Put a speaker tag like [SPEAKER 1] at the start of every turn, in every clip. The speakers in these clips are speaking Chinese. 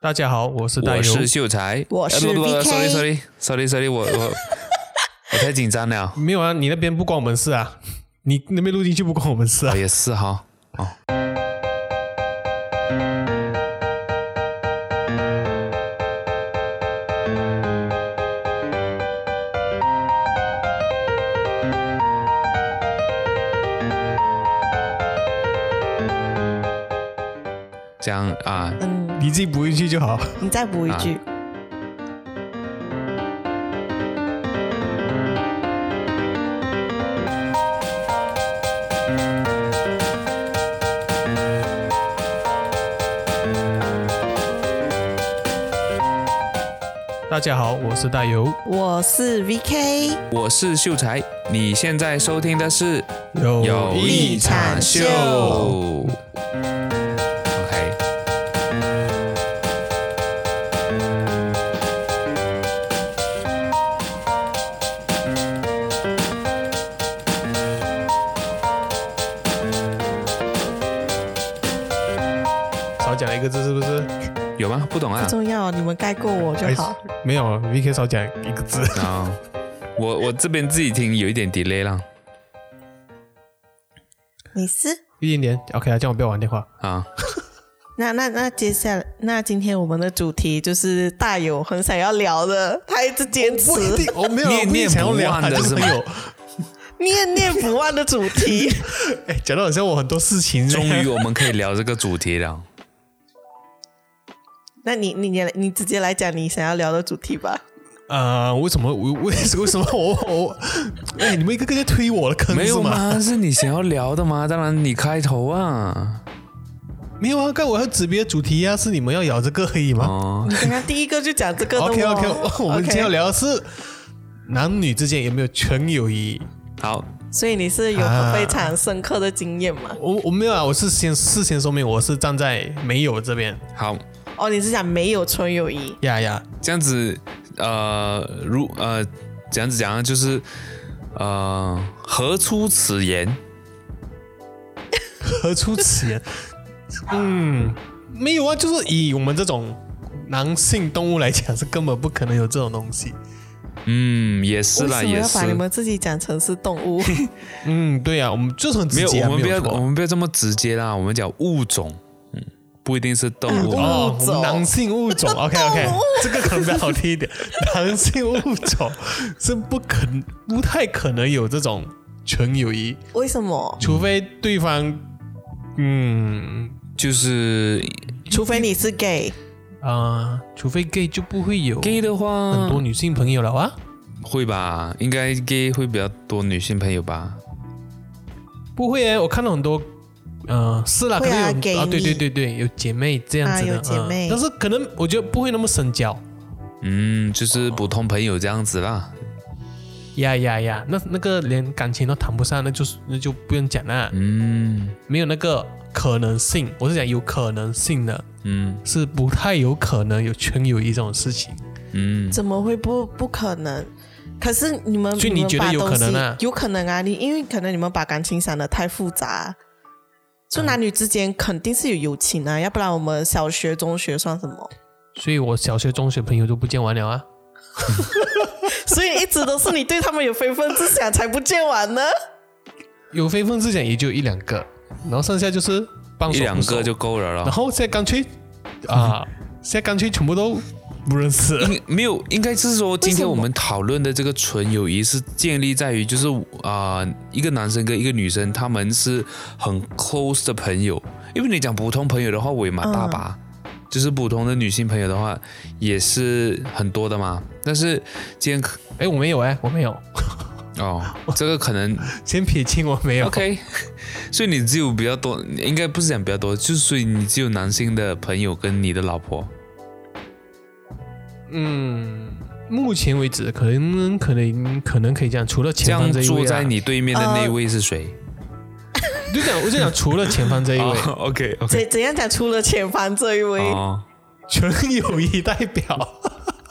[SPEAKER 1] 大家好，我是大
[SPEAKER 2] 我
[SPEAKER 1] 油，
[SPEAKER 2] 是秀才，
[SPEAKER 3] 我是
[SPEAKER 2] 呃不不不
[SPEAKER 3] VK
[SPEAKER 2] ，sorry sorry sorry sorry，我我我太紧张了，
[SPEAKER 1] 没有啊，你那边不关我们事啊，你那边录进去不关我们事啊
[SPEAKER 2] 哦。也是哈，哦，这样啊，
[SPEAKER 3] 嗯，
[SPEAKER 1] 你自己补进去就好。
[SPEAKER 3] 你再补一句，
[SPEAKER 1] 啊大家好，我是大油，
[SPEAKER 3] 我是 VK，
[SPEAKER 1] 啊
[SPEAKER 2] 我是秀才，你现在收听的是
[SPEAKER 1] 有
[SPEAKER 2] 有
[SPEAKER 3] 一
[SPEAKER 2] 一
[SPEAKER 3] 场
[SPEAKER 2] 场
[SPEAKER 3] 秀
[SPEAKER 2] 秀。OK，
[SPEAKER 1] 少讲一个字是不是？
[SPEAKER 2] 有吗？不懂啊
[SPEAKER 3] 不。重要，你们盖过我就好。
[SPEAKER 1] 没有啊，VK 少讲一个字。
[SPEAKER 2] 然后啊我我这边自己听有一点 delay 了
[SPEAKER 1] 哎
[SPEAKER 3] 你是？
[SPEAKER 1] 一点点，OK 啊，这样我不要玩电话。
[SPEAKER 2] 啊。
[SPEAKER 3] 那那那接下来，那今天我们的主题就是大友很想要聊的，他一直坚持
[SPEAKER 1] 不一定，我没有啊，
[SPEAKER 2] 念
[SPEAKER 1] 不一定想要聊啊
[SPEAKER 2] 念不忘的
[SPEAKER 1] 就是
[SPEAKER 2] 是吗
[SPEAKER 1] 没有。
[SPEAKER 3] 念念不忘的主题。
[SPEAKER 1] 哎，讲到好像我很多事情。
[SPEAKER 2] 终于，我们可以聊这个主题了。
[SPEAKER 3] 那你你你你直接来讲你想要聊的主题吧。
[SPEAKER 1] 呃，为什么为为为什么我我？哎，你们一个个在推我的坑
[SPEAKER 2] 没有
[SPEAKER 1] 是吗？
[SPEAKER 2] 吗？是你想要聊的吗？当然你开头啊。
[SPEAKER 1] 没有啊，刚我要指别的主题啊，是你们要聊这个而已吗
[SPEAKER 2] 哦，
[SPEAKER 3] 你刚刚第一个就讲这个的
[SPEAKER 1] ？OK
[SPEAKER 3] 哦
[SPEAKER 1] OK，我们 今天要聊的是男女之间有没有纯友谊。
[SPEAKER 2] 好，
[SPEAKER 3] 所以你是有
[SPEAKER 1] 啊
[SPEAKER 3] 非常深刻的经验嘛？
[SPEAKER 1] 我我没有啊，我是先事先说明，我是站在没有这边。
[SPEAKER 2] 好，
[SPEAKER 1] 啊
[SPEAKER 3] 哦，你是讲没有纯友谊？
[SPEAKER 1] 呀呀，
[SPEAKER 2] 这样子，呃，如呃，这样子讲啊就是，呃，何出此言？
[SPEAKER 1] 何出此言？ 嗯，没有啊，就是以我们这种男性动物来讲，是根本不可能有这种东西。
[SPEAKER 2] 嗯，也是啦，
[SPEAKER 3] 为什么
[SPEAKER 2] 也
[SPEAKER 3] 要
[SPEAKER 2] 是
[SPEAKER 3] 把。你们自己讲成是 动物？
[SPEAKER 1] 嗯，对呀、啊，我们就是很
[SPEAKER 2] 没
[SPEAKER 1] 直
[SPEAKER 2] 有，
[SPEAKER 1] 接、
[SPEAKER 2] 我
[SPEAKER 1] 啊，
[SPEAKER 2] 们不
[SPEAKER 1] 没
[SPEAKER 2] 要
[SPEAKER 1] 有，错
[SPEAKER 2] 我们不要这么直接啦。我们讲物种，嗯，不一定是动物。啊
[SPEAKER 3] 物
[SPEAKER 1] 哦，我
[SPEAKER 3] 种
[SPEAKER 1] 们男性物 种，OK OK，
[SPEAKER 3] 动物
[SPEAKER 1] 这个可能比较好听一点。 男性物种是不可能不太可能有这种纯友谊，
[SPEAKER 3] 为什么？
[SPEAKER 1] 除非对方，嗯
[SPEAKER 2] 就是
[SPEAKER 3] 除非你是 gay，
[SPEAKER 1] 啊、除非 gay 就不会有
[SPEAKER 2] gay 的话，
[SPEAKER 1] 很多女性朋友了啊。
[SPEAKER 2] 会吧？应该 gay 会比较多女性朋友吧？
[SPEAKER 1] 不会啊耶，我看到很多，呃，是啦，可
[SPEAKER 3] 会啊
[SPEAKER 1] 能
[SPEAKER 3] 给
[SPEAKER 1] 有啊，对
[SPEAKER 3] 你
[SPEAKER 1] 对对对，有姐妹这样子的，
[SPEAKER 3] 啊有姐妹
[SPEAKER 1] 嗯但是可能我觉得不会那么深交，
[SPEAKER 2] 嗯，就是普通朋友这样子啦。
[SPEAKER 1] 呀呀呀，那那个连感情都谈不上，那就是那就不用讲啦，
[SPEAKER 2] 嗯
[SPEAKER 1] 没有那个可能性，我是讲有可能性的，
[SPEAKER 2] 嗯
[SPEAKER 1] 是不太有可能有纯友谊这种事情，
[SPEAKER 2] 嗯，
[SPEAKER 3] 怎么会不不可能？可是你们，
[SPEAKER 1] 所以你
[SPEAKER 3] 们
[SPEAKER 1] 觉得
[SPEAKER 3] 把
[SPEAKER 1] 有
[SPEAKER 3] 东西
[SPEAKER 1] 可能啊
[SPEAKER 3] 有可能啊，你因为可能你们把感情想的太复杂，就
[SPEAKER 1] 嗯
[SPEAKER 3] 男女之间肯定是有友情啊，要不然我们小学、中学算什么？
[SPEAKER 1] 所以我小学、中学朋友都不见完了啊，
[SPEAKER 3] 所以一直都是你对他们有非分之想，才不见完呢。
[SPEAKER 1] 有非分之想也就一两个，然后剩下就是帮手
[SPEAKER 2] 一两
[SPEAKER 1] 不熟
[SPEAKER 2] 个就够了
[SPEAKER 1] 然
[SPEAKER 2] 咯。
[SPEAKER 1] 后现在干脆 啊，现在干脆全部都不认识了。
[SPEAKER 2] 应没有，应该是说今天我们讨论的这个纯友谊是建立在于，就是啊、呃一个男生跟一个女生，他们是很 close 的朋友。因为你讲普通朋友的话，我也蛮大把，
[SPEAKER 1] 嗯
[SPEAKER 2] 就是普通的女性朋友的话，也是很多的嘛。但是今天可
[SPEAKER 1] 哎，我没有哎，我没有，
[SPEAKER 2] 哦，这个可能
[SPEAKER 1] 先撇清我没有。
[SPEAKER 2] OK，所以你只有比较多，应该不是讲比较多，就是所以你只有男性的朋友跟你的老婆。
[SPEAKER 1] 嗯，目前为止可能可能可能可以这样，除了
[SPEAKER 2] 这
[SPEAKER 1] 前
[SPEAKER 2] 样
[SPEAKER 1] 方这一位、啊，
[SPEAKER 2] 坐在你对面的那
[SPEAKER 3] 呃
[SPEAKER 2] 位是谁？
[SPEAKER 1] 就讲我就讲除了前方这一 位，
[SPEAKER 2] 啊 OK
[SPEAKER 3] 怎怎样讲？除了前方这一位，
[SPEAKER 2] 哦，
[SPEAKER 1] 纯友谊代表。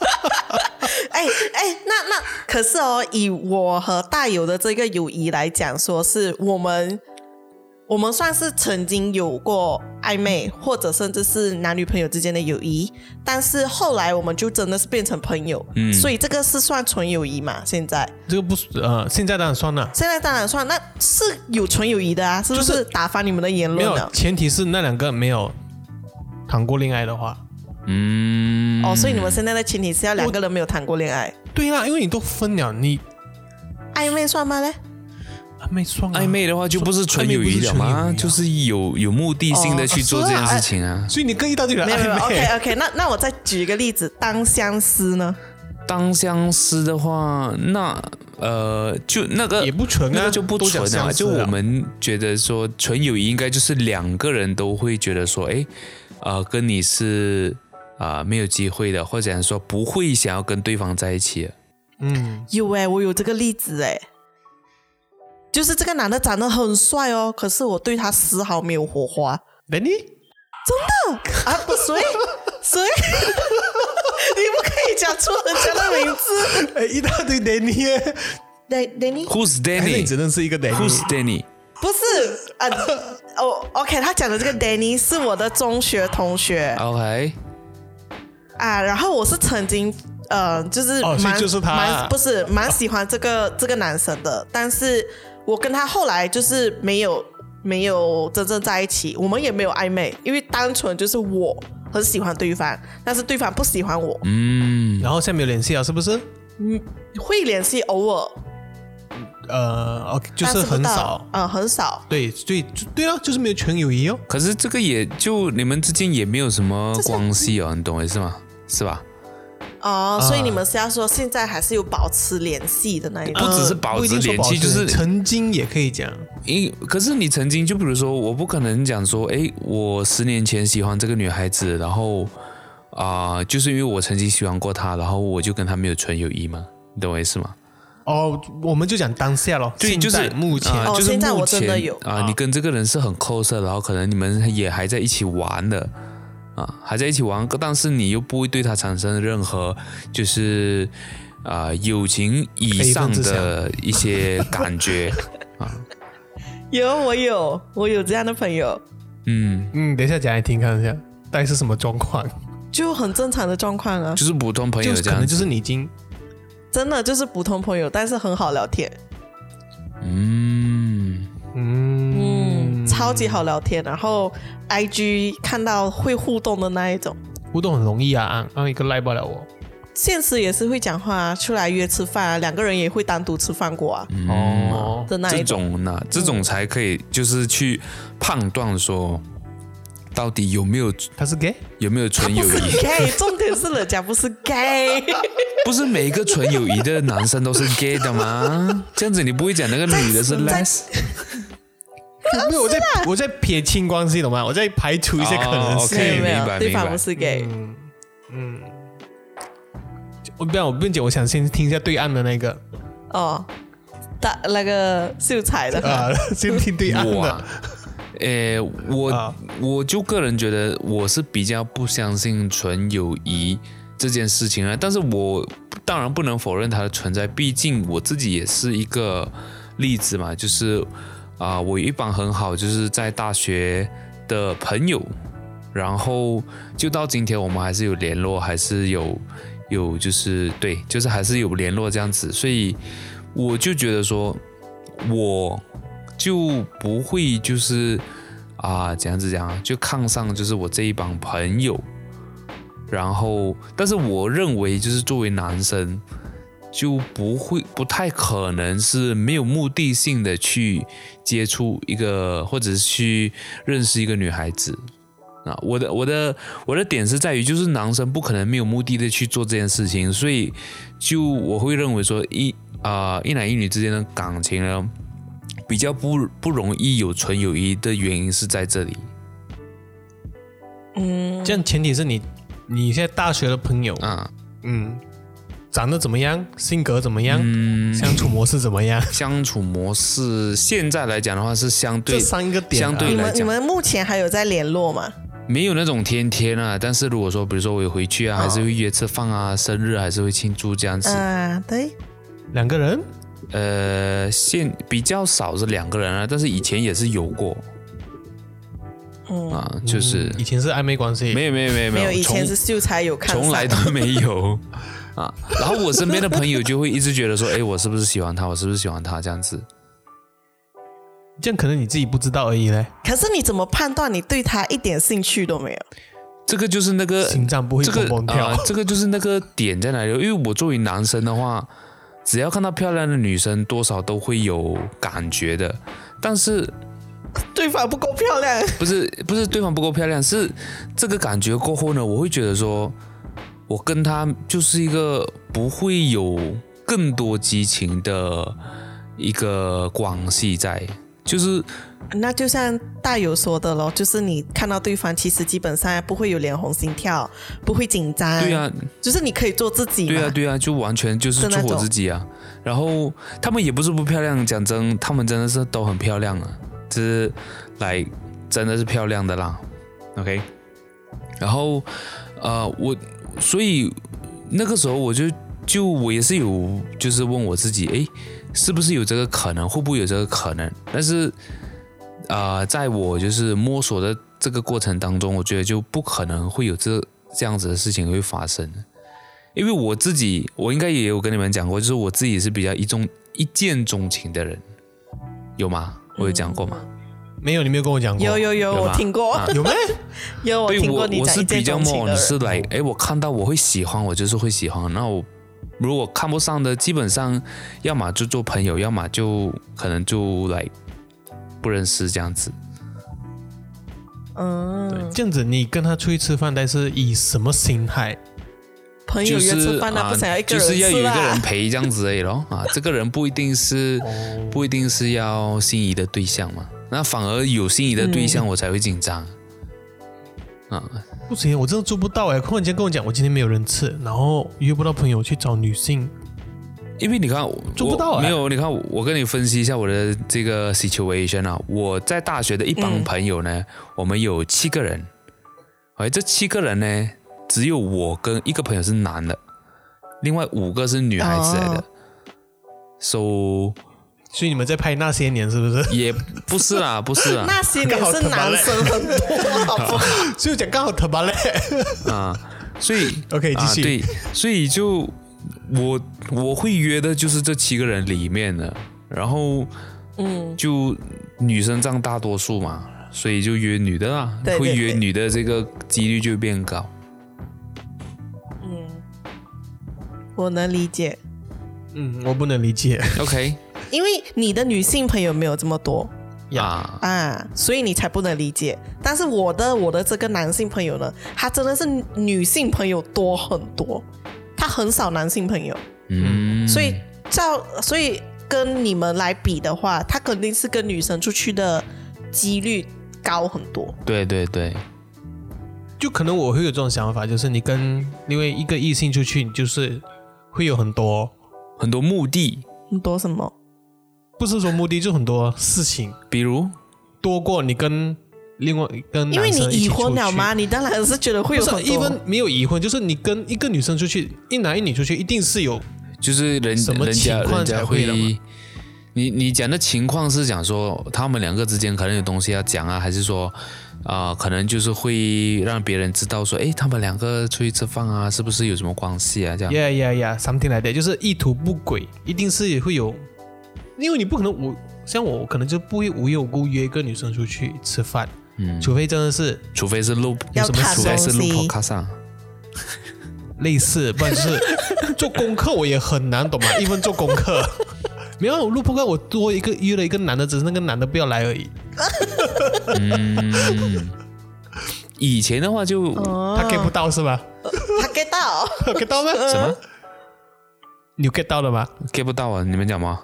[SPEAKER 3] 哎哎，那那可是哦，以我和大友的这个友谊来讲，说是我们。我们算是曾经有过暧昧，或者甚至是男女朋友之间的友谊，但是后来我们就真的是变成朋友，嗯，所以这个是算纯友谊嘛？现在
[SPEAKER 1] 这个不呃，现在当然算了。
[SPEAKER 3] 现在当然算，那是有纯友谊的啊，是不
[SPEAKER 1] 就是
[SPEAKER 3] 是打翻你们的言
[SPEAKER 1] 没
[SPEAKER 3] 论
[SPEAKER 1] 有
[SPEAKER 3] 了？，
[SPEAKER 1] 前提是那两个没有谈过恋爱的话。
[SPEAKER 2] 嗯，
[SPEAKER 3] 哦，所以你们现在的前提是要两个人没有谈过恋爱，
[SPEAKER 1] 对啦，因为你都分了，你
[SPEAKER 3] 暧昧算吗嘞？
[SPEAKER 1] 暧昧算啊
[SPEAKER 2] 暧昧的话就不是纯友谊了哦
[SPEAKER 1] 暧昧不是纯友谊
[SPEAKER 2] 吗？
[SPEAKER 1] 啊
[SPEAKER 2] 就是有有目的性的去做这件事情啊。
[SPEAKER 1] 所以你更一到就来
[SPEAKER 3] 没有没有
[SPEAKER 1] 暧昧。
[SPEAKER 3] ，OK OK，那那我再举一个例子，当相思呢？
[SPEAKER 2] 当相思的话，那呃，就那个
[SPEAKER 1] 也不纯啊
[SPEAKER 2] 那个就不纯
[SPEAKER 1] 都讲相思
[SPEAKER 2] 啊。
[SPEAKER 1] 了
[SPEAKER 2] 就我们觉得说，纯友谊应该就是两个人都会觉得说，哎，呃，跟你是啊、没有机会的，或者说不会想要跟对方在一起的。
[SPEAKER 1] 嗯，
[SPEAKER 3] 有哎、我有这个例子哎、就是这个男的长得很帅哦，可是我对他丝毫没有火花
[SPEAKER 1] 等你
[SPEAKER 3] 啊！谁 谁？你不可以讲出人家的名字。
[SPEAKER 1] 哎一大堆 Danny，耶
[SPEAKER 3] 等等你
[SPEAKER 2] Who's
[SPEAKER 1] 还是你
[SPEAKER 2] Danny？
[SPEAKER 1] 只认识一个
[SPEAKER 2] Who's
[SPEAKER 1] Danny？
[SPEAKER 2] Danny？
[SPEAKER 3] 不是啊？哦，OK，他讲的这个 Danny 是我的中学同学
[SPEAKER 2] OK，
[SPEAKER 3] 啊，然后我是曾经。呃，就是
[SPEAKER 1] 哦所以
[SPEAKER 3] 蛮、
[SPEAKER 1] 就是他
[SPEAKER 3] 蛮不是蛮喜欢这 个这个男生的，但是我跟他后来就是没有没有真正在一起，我们也没有暧昧，因为单纯就是我很喜欢对方，但是对方不喜欢我，
[SPEAKER 2] 嗯，
[SPEAKER 1] 然后现在没有联系了，啊是不是？
[SPEAKER 3] 会联系偶尔，
[SPEAKER 1] 呃，OK，就
[SPEAKER 3] 但
[SPEAKER 1] 是
[SPEAKER 3] 是
[SPEAKER 1] 很
[SPEAKER 3] 不到
[SPEAKER 1] 少。，
[SPEAKER 3] 嗯、很少，
[SPEAKER 1] 对，对，就对了，就是没有纯友谊哦。
[SPEAKER 2] 可是这个也就你们之间也没有什么关系哦，你懂我意思吗？是吧？
[SPEAKER 3] 哦、
[SPEAKER 1] 啊
[SPEAKER 3] 所以你们是要说现在还是有保持联系的那一种，
[SPEAKER 2] 不只
[SPEAKER 1] 呃
[SPEAKER 2] 是保
[SPEAKER 1] 不一定
[SPEAKER 2] 持
[SPEAKER 1] 说
[SPEAKER 2] 联
[SPEAKER 1] 保
[SPEAKER 2] 系
[SPEAKER 1] 持
[SPEAKER 2] 就是
[SPEAKER 1] 曾经也可以讲。
[SPEAKER 2] 因可是你曾经就比如说，我不可能讲说，诶，我十年前喜欢这个女孩子，然后啊、就是因为我曾经喜欢过她，然后我就跟她没有纯友谊嘛，你懂我意思吗？
[SPEAKER 1] 哦，我们就讲当下咯。
[SPEAKER 2] 对，
[SPEAKER 1] 现
[SPEAKER 2] 就是
[SPEAKER 1] 在目前
[SPEAKER 2] 啊
[SPEAKER 3] 哦
[SPEAKER 2] 就是
[SPEAKER 3] 现在我
[SPEAKER 2] 目前
[SPEAKER 3] 真的有
[SPEAKER 2] 啊、你跟这个人是很 close 的，然后可能你们也还在一起玩的啊，还在一起玩，但是你又不会对他产生任何就是啊、友情以上
[SPEAKER 1] 非分之
[SPEAKER 2] 的 一些感觉，
[SPEAKER 3] 有我有我有这样的朋友，
[SPEAKER 2] 嗯，
[SPEAKER 1] 嗯，等一下讲来听看一下，大概是什么状况？
[SPEAKER 3] 就很正常的状况啊，
[SPEAKER 2] 就是普通朋友
[SPEAKER 1] 就是
[SPEAKER 2] 这
[SPEAKER 1] 可
[SPEAKER 2] 样
[SPEAKER 1] 能
[SPEAKER 2] 子，
[SPEAKER 1] 就是你已经
[SPEAKER 3] 真的就是普通朋友，但是很好聊天。
[SPEAKER 2] 嗯。
[SPEAKER 1] 嗯
[SPEAKER 3] 嗯，超级好聊天，然后 I G 看到会互动的那一种，
[SPEAKER 1] 互动很容易啊，按按一个赖不了我。
[SPEAKER 3] 现实也是会讲话啊，出来约吃饭啊，两个人也会单独吃饭过啊
[SPEAKER 2] 嗯
[SPEAKER 1] 哦，
[SPEAKER 3] 的那
[SPEAKER 2] 这
[SPEAKER 3] 一种。
[SPEAKER 2] 种呢，这种才可以，就是去判断说，到底有没有
[SPEAKER 1] 他是 gay，
[SPEAKER 2] 有没有纯
[SPEAKER 3] 不
[SPEAKER 2] 友
[SPEAKER 3] 是
[SPEAKER 2] 谊。
[SPEAKER 3] gay，重点是人家不是 gay，
[SPEAKER 2] 不是每一个纯友谊的男生都是 gay 的吗？这样子你不会讲那个女的是
[SPEAKER 3] 在
[SPEAKER 2] les？
[SPEAKER 1] 没有我在
[SPEAKER 3] 啊
[SPEAKER 1] 我在撇清关系，懂吗？我在排除一些可能
[SPEAKER 2] 哦，OK
[SPEAKER 1] 性。
[SPEAKER 3] 有没
[SPEAKER 2] 明白嗯
[SPEAKER 3] 有，对
[SPEAKER 2] 明
[SPEAKER 3] 方
[SPEAKER 2] 白
[SPEAKER 3] 不是 gay，
[SPEAKER 1] 我不要，我辩解，我想先听一下对岸的 那个，
[SPEAKER 3] 哦，大那个秀才的，
[SPEAKER 1] 啊， 先听对岸
[SPEAKER 2] 哇
[SPEAKER 1] 的。
[SPEAKER 2] 诶，我、
[SPEAKER 1] 啊
[SPEAKER 2] 我就个人觉得我是比较不相信纯友谊这件事情啊，但是我当然不能否认它的存在，毕竟我自己也是一个例子嘛，就是啊、我有一帮很好就是在大学的朋友，然后就到今天我们还是有联络，还是有有就是对，就是还是有联络这样子，所以我就觉得说，我就不会就是啊，怎样子讲啊，就看上就是我这一帮朋友，然后，但是我认为就是作为男生，就不会不太可能是没有目的性的去接触一个或者是去认识一个女孩子。啊，我的我的我的点是在于，就是男生不可能没有目的的去做这件事情，所以就我会认为说一啊、一男一女之间的感情呢，比较不不容易有纯友谊的原因是在这里。
[SPEAKER 3] 嗯，
[SPEAKER 1] 这样前提是你你现在大学的朋友，
[SPEAKER 2] 啊，
[SPEAKER 1] 嗯，长得怎么样，性格怎么样，
[SPEAKER 2] 嗯，
[SPEAKER 1] 相处模式怎么样，
[SPEAKER 2] 相处模式现在来讲的话是相
[SPEAKER 1] 这
[SPEAKER 2] 对
[SPEAKER 1] 三个点啊
[SPEAKER 2] 相对
[SPEAKER 3] 你
[SPEAKER 2] 来
[SPEAKER 3] 们
[SPEAKER 2] 讲
[SPEAKER 3] 你们目前还有在联络吗？
[SPEAKER 2] 没有那种天天啊，但是如果说比如说我有回去啊，还是会约吃饭啊，生日还是会庆祝这样子。
[SPEAKER 3] 啊，对，
[SPEAKER 1] 两个人
[SPEAKER 2] 呃，现比较少是两个人啊，但是以前也是有过。啊，就是
[SPEAKER 1] 以前是暧昧关系，
[SPEAKER 2] 没有没有没有
[SPEAKER 3] 嗯没有，以
[SPEAKER 2] 从
[SPEAKER 3] 前是秀才有看上，
[SPEAKER 2] 从来都没有 啊。然后我身边的朋友就会一直觉得说，哎，我是不是喜欢他？我是不是喜欢他？这样子，
[SPEAKER 1] 这样可能你自己不知道而已嘞，
[SPEAKER 3] 可是你怎么判断你对他一点兴趣都没有？
[SPEAKER 2] 这个就是那个
[SPEAKER 1] 心脏不会
[SPEAKER 2] 呃这个
[SPEAKER 1] 蹦蹦跳
[SPEAKER 2] 啊，。这个就是那个点在哪里？因为我作为男生的话，只要看到漂亮的女生，多少都会有感觉的。但是
[SPEAKER 3] 对方不够漂亮，
[SPEAKER 2] 不是 不是对方不够漂亮，是这个感觉过后呢，我会觉得说，我跟她就是一个不会有更多激情的一个关系在，就是
[SPEAKER 3] 那就像大友说的咯，就是你看到对方，其实基本上不会有脸红心跳，不会紧张，
[SPEAKER 2] 对啊，
[SPEAKER 3] 就是你可以做自己嘛，
[SPEAKER 2] 对啊，对啊，就完全就是
[SPEAKER 3] 是
[SPEAKER 2] 做
[SPEAKER 3] 那
[SPEAKER 2] 我
[SPEAKER 3] 种
[SPEAKER 2] 自己啊。然后他们也不是不漂亮，讲真，他们真的是都很漂亮啊，就是来真的是漂亮的啦。OK，然后呃，我所以那个时候我就就我也是有就是问我自己，诶，是不是有这个可能？会不会有这个可能？但是呃，在我就是摸索的这个过程当中，我觉得就不可能会有这这样子的事情会发生。因为我自己，我应该也有跟你们讲过，就是我自己是比较一中一见钟情的人，有吗？我有讲过
[SPEAKER 3] 嗯
[SPEAKER 2] 吗？
[SPEAKER 1] 没有，你没有跟我讲过，
[SPEAKER 3] 有有有，
[SPEAKER 2] 有
[SPEAKER 3] 我
[SPEAKER 2] 吧
[SPEAKER 3] 听过，
[SPEAKER 2] 啊
[SPEAKER 1] 有没？
[SPEAKER 3] 有我
[SPEAKER 2] 对
[SPEAKER 3] 听
[SPEAKER 2] 我
[SPEAKER 3] 过你
[SPEAKER 2] 我
[SPEAKER 3] 讲
[SPEAKER 2] 是
[SPEAKER 3] 一
[SPEAKER 2] 比
[SPEAKER 3] 见
[SPEAKER 2] 较
[SPEAKER 3] 钟情的
[SPEAKER 2] 懵，
[SPEAKER 3] 人，
[SPEAKER 2] 是来，哎，我看到我会喜欢，我就是会喜欢。那我如果看不上的，基本上要么就做朋友，要么就可能就来不认识这样子。
[SPEAKER 3] 嗯，
[SPEAKER 1] 这样子你跟他出去吃饭，但是以什么心态？
[SPEAKER 3] 朋友
[SPEAKER 2] 就
[SPEAKER 3] 约
[SPEAKER 2] 是
[SPEAKER 3] 吃啊饭啊，
[SPEAKER 2] 啊，
[SPEAKER 3] 不想要一个
[SPEAKER 2] 就
[SPEAKER 3] 人
[SPEAKER 2] 是要有一个人
[SPEAKER 3] 啦，
[SPEAKER 2] 陪这样子而已 咯。啊，这个人不一定是不一定是要心仪的对象嘛，那反而有心仪的对
[SPEAKER 3] 嗯
[SPEAKER 2] 象我才会紧张。啊，
[SPEAKER 1] 不行，我真的做不到哎！忽然间跟我讲，我今天没有人吃，然后约不到朋友去找女性，
[SPEAKER 2] 因为你看，我
[SPEAKER 1] 做不到啊
[SPEAKER 2] 没有，你看我我跟你分析一下我的这个 situation 啊，我在大学的一帮
[SPEAKER 3] 嗯
[SPEAKER 2] 朋友呢，我们有七个人，哎，这七个人呢，只有我跟一个朋友是男的，另外五个是女孩子来的。
[SPEAKER 3] 哦
[SPEAKER 2] so
[SPEAKER 1] 所以你们在拍那些年是不是？
[SPEAKER 2] 也不是啦，不是啦，
[SPEAKER 3] 那些年
[SPEAKER 1] 刚好
[SPEAKER 3] 是
[SPEAKER 1] 他妈
[SPEAKER 3] 男
[SPEAKER 1] 嘞
[SPEAKER 3] 生很多，好不好？
[SPEAKER 1] 所以我讲刚好他 妈嘞。
[SPEAKER 2] 啊，所以
[SPEAKER 1] OK，继
[SPEAKER 2] 啊，
[SPEAKER 1] 续。
[SPEAKER 2] 对，所以就我我会约的就是这七个人里面的，然后
[SPEAKER 3] 嗯，
[SPEAKER 2] 就女生占大多数嘛，所以就约女的啦，
[SPEAKER 3] 对对
[SPEAKER 2] 会约
[SPEAKER 3] 对
[SPEAKER 2] 女的这个几率就变高。
[SPEAKER 3] 我能理解，
[SPEAKER 1] 嗯，我不能理解
[SPEAKER 2] OK
[SPEAKER 3] 因为你的女性朋友没有这么多，
[SPEAKER 1] 呀。
[SPEAKER 2] 啊，
[SPEAKER 3] 啊，所以你才不能理解。但是我的我的这个男性朋友呢，他真的是女性朋友多很多，他很少男性朋友，
[SPEAKER 2] 嗯，
[SPEAKER 3] 所以照所以跟你们来比的话，他肯定是跟女生出去的几率高很多。
[SPEAKER 2] 对对对，
[SPEAKER 1] 就可能我会有这种想法，就是你跟另外一个异性出去，你就是会有很多，
[SPEAKER 2] 很多目的，
[SPEAKER 3] 很多什么？
[SPEAKER 1] 不是说目的，就很多事情
[SPEAKER 2] 比如
[SPEAKER 1] 多过你跟另外跟
[SPEAKER 3] 因为
[SPEAKER 1] 嗯男
[SPEAKER 3] 你
[SPEAKER 1] 生一起
[SPEAKER 3] 已
[SPEAKER 1] 出去
[SPEAKER 3] 婚了嘛，？你当然是觉得会
[SPEAKER 1] 不
[SPEAKER 3] 有
[SPEAKER 1] 是
[SPEAKER 3] 很多。
[SPEAKER 1] ，even 没有已婚，就是你跟一个女生出去，一男一女出去，一定是有
[SPEAKER 2] 就是人
[SPEAKER 1] 什么
[SPEAKER 2] 人家
[SPEAKER 1] 情况
[SPEAKER 2] 人家
[SPEAKER 1] 才会的嘛
[SPEAKER 2] 你你讲的情况是讲说他们两个之间可能有东西要讲啊，还是说啊、可能就是会让别人知道说，诶，他们两个出去吃饭啊，是不是有什么关系啊？这样
[SPEAKER 1] yeah yeah yeah something like that，就是意图不轨，一定是会有，因为你不可能我像我，我可能就不会无缘无故约一个女生出去吃饭，
[SPEAKER 2] 嗯，
[SPEAKER 1] 除非真的是
[SPEAKER 2] 除非是录，
[SPEAKER 3] 要谈
[SPEAKER 2] 除非是录
[SPEAKER 3] 东西
[SPEAKER 2] podcast 啊
[SPEAKER 1] 类 似，不然就是做功课我也很难懂嘛，一分做功课。没有录播课，我多一个约了一个男的，只是那个男的不要来而已，
[SPEAKER 2] 以前的话就、
[SPEAKER 3] 哦
[SPEAKER 1] 他 get 不到是 吧
[SPEAKER 3] 他 get 到，
[SPEAKER 1] ？get 到吗？
[SPEAKER 2] 呃什么
[SPEAKER 1] 你有 get 到了吗？
[SPEAKER 2] get 不到啊？你们讲吗？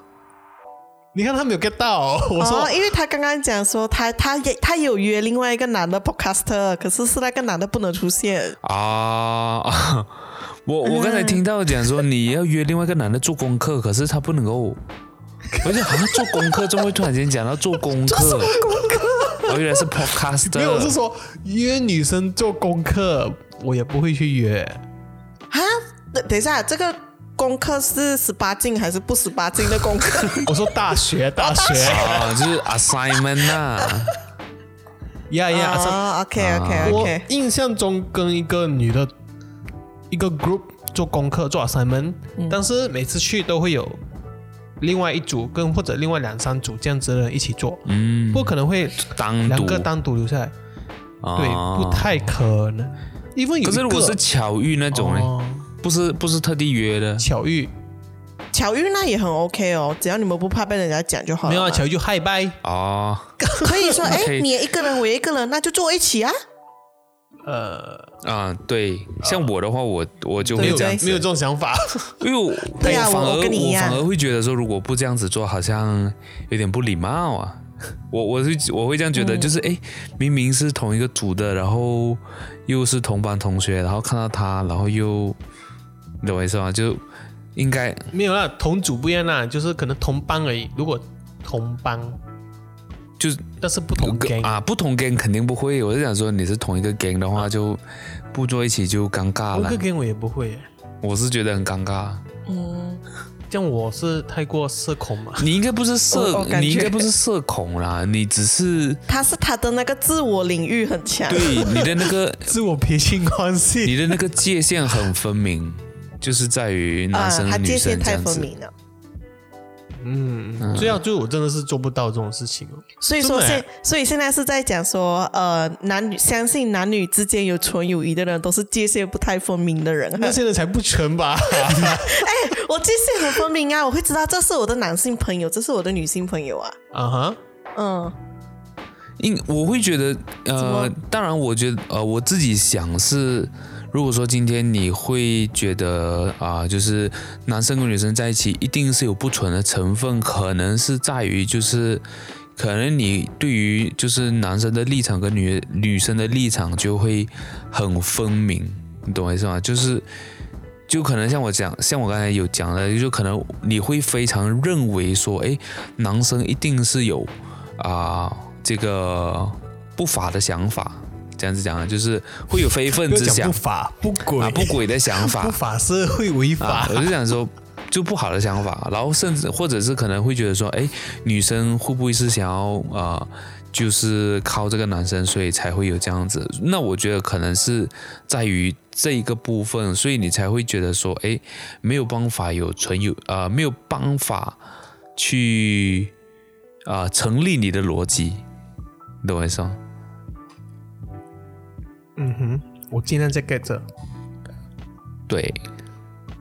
[SPEAKER 1] 你看他没有 get 到，我说、
[SPEAKER 3] 哦，因为他刚刚讲说他他也他有约另外一个男的 podcaster，可是是那个男的不能出现。
[SPEAKER 2] 啊， 我我刚才听到讲说你要约另外一个男的做功课，可是他不能 够，我就好像做功课，怎么会突然间讲到做功课？做功 课？哦，原来是 podcast。
[SPEAKER 1] 没有，我是说约女生做功课，我也不会去约。
[SPEAKER 3] 啊，等等一下，这个功课是十八禁还是不十八禁的功课？
[SPEAKER 2] 哦
[SPEAKER 1] 我说大学，大学，
[SPEAKER 2] 啊，就是 assignment 呐、
[SPEAKER 1] 呀哎呀，so-
[SPEAKER 3] 啊，OK OK
[SPEAKER 1] 我
[SPEAKER 3] OK，
[SPEAKER 1] 印象中跟一个女的，一个 group 做功课做 assignment，、但是每次去都会有另外一组跟或者另外两三组这样子的人一起做，
[SPEAKER 2] 嗯，
[SPEAKER 1] 不可能会
[SPEAKER 2] 单独
[SPEAKER 1] 两个单独留下来，
[SPEAKER 2] 啊
[SPEAKER 1] 对，不太可能。因为有
[SPEAKER 2] 可是
[SPEAKER 1] 一
[SPEAKER 2] 如果
[SPEAKER 1] 个
[SPEAKER 2] 是巧遇那种呢，
[SPEAKER 1] 哦
[SPEAKER 2] 不是不是特地约的，
[SPEAKER 1] 巧遇，
[SPEAKER 3] 巧遇那也很 OK 哦，只要你们不怕被人家讲就好了
[SPEAKER 1] 没
[SPEAKER 3] 嘛。
[SPEAKER 1] 有啊，巧遇就嗨拜，
[SPEAKER 2] 哦，
[SPEAKER 3] 可以说，哎，
[SPEAKER 2] OK
[SPEAKER 3] 你也一个人，我也一个人，那就坐一起啊。
[SPEAKER 1] 呃，
[SPEAKER 2] 啊，对，像我的话，我我就
[SPEAKER 1] 没
[SPEAKER 2] 会
[SPEAKER 1] 有
[SPEAKER 2] 这样
[SPEAKER 3] 对
[SPEAKER 2] 子，
[SPEAKER 1] 没有这种想法，
[SPEAKER 2] 因为我
[SPEAKER 3] 对
[SPEAKER 2] 我
[SPEAKER 3] 啊
[SPEAKER 2] 哎反
[SPEAKER 3] 我
[SPEAKER 2] 而
[SPEAKER 3] 我跟你一样
[SPEAKER 2] 反而会觉得说，如果不这样子做，好像有点不礼貌啊。 我我是我会这样觉得，
[SPEAKER 3] 嗯
[SPEAKER 2] 就是哎，诶明明是同一个组的，然后又是同班同学，然后看到他，然后又，你懂我意思吗？就应该
[SPEAKER 1] 没有啦，同组不一样啦，就是可能同班而已。如果同班，
[SPEAKER 2] 就是
[SPEAKER 1] 但是不同 gang，、
[SPEAKER 2] 啊，不同 gang 肯定不会。我是想说，你是同一个 gang 的
[SPEAKER 3] 啊
[SPEAKER 2] 话，就不坐一起就尴尬
[SPEAKER 1] 同一
[SPEAKER 2] 了
[SPEAKER 1] 个。gang 我也不会耶。
[SPEAKER 2] 我是觉得很尴尬。
[SPEAKER 3] 嗯，
[SPEAKER 1] 像我是太过社恐嘛，
[SPEAKER 2] 你应该不是
[SPEAKER 3] 我
[SPEAKER 2] 社
[SPEAKER 3] 我，感
[SPEAKER 2] 你应该
[SPEAKER 3] 觉
[SPEAKER 2] 不是社恐啦，你只是
[SPEAKER 3] 他是他的那个自我领域很强。
[SPEAKER 2] 对你的那个
[SPEAKER 1] 自我撇清关系。
[SPEAKER 2] 你的那个界限很分明，就是在于
[SPEAKER 3] 啊，
[SPEAKER 2] 男生
[SPEAKER 3] 他
[SPEAKER 2] 和
[SPEAKER 3] 界
[SPEAKER 2] 女
[SPEAKER 3] 限
[SPEAKER 2] 生这
[SPEAKER 3] 太
[SPEAKER 2] 样
[SPEAKER 3] 分
[SPEAKER 2] 子。
[SPEAKER 3] 明了。
[SPEAKER 1] 嗯，主要就我真的是做不到这种事情哦。
[SPEAKER 3] 所以说
[SPEAKER 1] 真的
[SPEAKER 3] 现，所以现在是在讲说，呃，男女相信男女之间有纯友谊的人，都是界限不太分明的人。
[SPEAKER 1] 那些人才不纯吧？
[SPEAKER 3] 我界限很分明啊，我会知道这是我的男性朋友，这是我的女性朋友啊。
[SPEAKER 1] 啊哈，
[SPEAKER 3] 嗯，
[SPEAKER 2] 因我会觉得，呃
[SPEAKER 3] 么，
[SPEAKER 2] 当然，我觉得，呃，我自己想是，如果说今天你会觉得啊、就是男生跟女生在一起，一定是有不纯的成分，可能是在于就是。可能你对于就是男生的立场跟女女生的立场就会很分明，你懂我意思吗？就是就可能像我讲，像我刚才有讲的，就可能你会非常认为说，哎，男生一定是有啊、这个不法的想法，这样子讲啊，就是会有非分
[SPEAKER 1] 不要
[SPEAKER 2] 之
[SPEAKER 1] 讲
[SPEAKER 2] 想
[SPEAKER 1] 不法不轨
[SPEAKER 2] 啊，不轨的想法
[SPEAKER 1] 不法是会违
[SPEAKER 2] 啊
[SPEAKER 1] 法，
[SPEAKER 2] 我就想说。就不好的想法，然后甚至或者是可能会觉得说，哎，女生会不会是想要呃，就是靠这个男生，所以才会有这样子？那我觉得可能是在于这一个部分，所以你才会觉得说，哎，没有办法有纯有呃，没有办法去啊、呃成立你的逻辑，你懂我意思吗？
[SPEAKER 1] 嗯哼，我尽量在 get 着。
[SPEAKER 2] 对，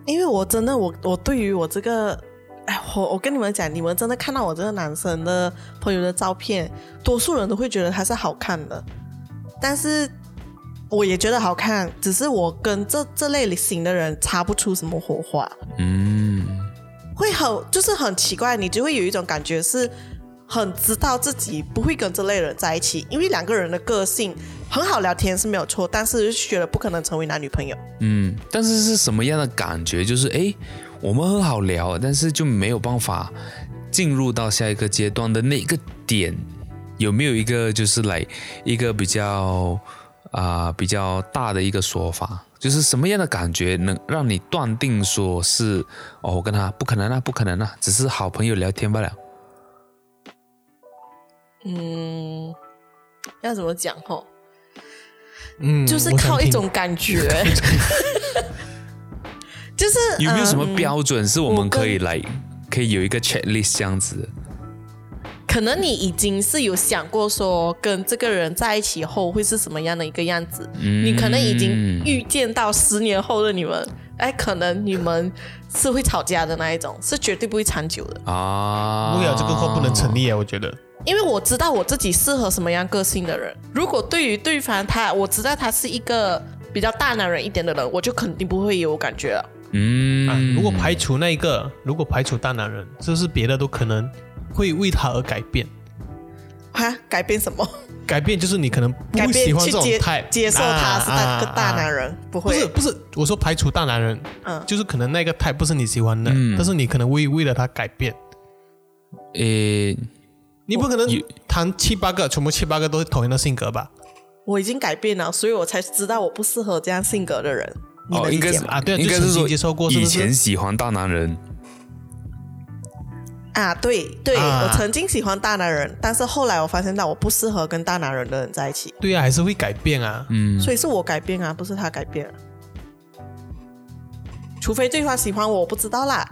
[SPEAKER 3] 因为我真的，我我对于我这个，哎，我我跟你们讲，你们真的看到我这个男生的朋友的照片，多数人都会觉得他是好看的，但是我也觉得好看，只是我跟这这类型的人擦不出什么火花。
[SPEAKER 2] 嗯，
[SPEAKER 3] 会很就是很奇怪，你就会有一种感觉是很知道自己不会跟这类人在一起，因为两个人的个性很好聊天是没有错，但是就觉得不可能成为男女朋友。
[SPEAKER 2] 嗯，但是是什么样的感觉？就是诶，我们很好聊，但是就没有办法进入到下一个阶段的那一个点，有没有一个就是来一个比较啊、比较大的一个说法？就是什么样的感觉能让你断定说是哦，我跟他不可能啊，不可能啊，只是好朋友聊天罢了。
[SPEAKER 3] 嗯，要怎么讲吼？
[SPEAKER 1] 嗯，
[SPEAKER 3] 就是
[SPEAKER 1] 我想
[SPEAKER 3] 靠一
[SPEAKER 1] 听
[SPEAKER 3] 种感觉， 就是
[SPEAKER 2] 有没有什么
[SPEAKER 3] 嗯
[SPEAKER 2] 标准是我
[SPEAKER 3] 我
[SPEAKER 2] 们可
[SPEAKER 3] 跟
[SPEAKER 2] 以来可以有一个 checklist 这样子的？
[SPEAKER 3] 可能你已经是有想过说跟这个人在一起后会是什么样的一个样子，你可能已经预见到十年后的你们，哎，可能你们是会吵架的那一种，是绝对不会长久的。
[SPEAKER 2] 啊，
[SPEAKER 1] 不了这个话不能成立啊，我觉得。
[SPEAKER 3] 因为我知道我自己适合什么样个性的人，如果对于对方他，我知道他是一个比较大男人一点的人，我就肯定不会有感觉了。
[SPEAKER 2] 嗯、
[SPEAKER 1] 啊，如果排除那一个，如果排除大男人，就是别的都可能会为他而改变。
[SPEAKER 3] 哈，改变什么？
[SPEAKER 1] 改变就是你可能不
[SPEAKER 3] 改
[SPEAKER 1] 会喜
[SPEAKER 3] 变
[SPEAKER 1] 欢
[SPEAKER 3] 去
[SPEAKER 1] 这种
[SPEAKER 3] 接
[SPEAKER 1] type，
[SPEAKER 3] 接受他是大
[SPEAKER 1] 啊
[SPEAKER 3] 个大
[SPEAKER 1] 啊啊
[SPEAKER 3] 男人，不
[SPEAKER 1] 不
[SPEAKER 3] 会
[SPEAKER 1] 是不是，我说排除大男人，
[SPEAKER 3] 嗯
[SPEAKER 1] 就是可能那个 type 不是你喜欢的，
[SPEAKER 2] 嗯
[SPEAKER 1] 但是你可能为为了他改变，
[SPEAKER 2] 诶，
[SPEAKER 1] 你不可能
[SPEAKER 2] 哦有啊
[SPEAKER 1] 谈七八个，全部七八个都是同样的性格吧？
[SPEAKER 3] 我已经改变了，所以我才知道我不适合这样性格的人。你
[SPEAKER 2] 哦，
[SPEAKER 3] 能
[SPEAKER 2] 应
[SPEAKER 3] 理
[SPEAKER 2] 该
[SPEAKER 3] 解
[SPEAKER 2] 是
[SPEAKER 3] 吗？
[SPEAKER 1] 啊对啊
[SPEAKER 2] 应该
[SPEAKER 1] 就曾
[SPEAKER 2] 是
[SPEAKER 1] 经
[SPEAKER 2] 说
[SPEAKER 1] 接受过是
[SPEAKER 2] 以
[SPEAKER 1] 不是
[SPEAKER 2] 前喜欢大男人，
[SPEAKER 3] 啊，对对，
[SPEAKER 1] 啊
[SPEAKER 3] 我曾经喜欢大男人，但是后来我发现到我不适合跟大男人的人在一起，
[SPEAKER 1] 对啊，还是会改变啊。
[SPEAKER 2] 嗯，
[SPEAKER 3] 所以是我改变啊，不是他改变、啊。除非对方喜欢我，我不知道啦。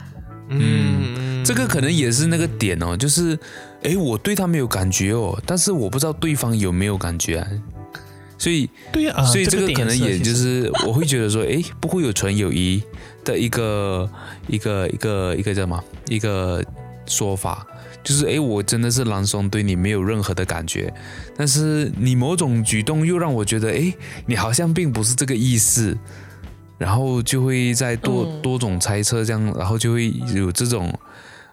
[SPEAKER 1] 嗯，
[SPEAKER 2] 这个可能也是那个点哦，就是，哎，我对他没有感觉哦，但是我不知道对方有没有感觉啊，所以，
[SPEAKER 1] 对啊，
[SPEAKER 2] 所以这
[SPEAKER 1] 这
[SPEAKER 2] 个可能也就是是我会觉得说， 哎，不会有纯友谊的一个一个一个一个叫什么一个说法，就是哎，诶我真的是朗松对你没有任何的感觉，但是你某种举动又让我觉得，哎，你好像并不是这个意思，然后就会在多、多种猜测这样，然后就会有这种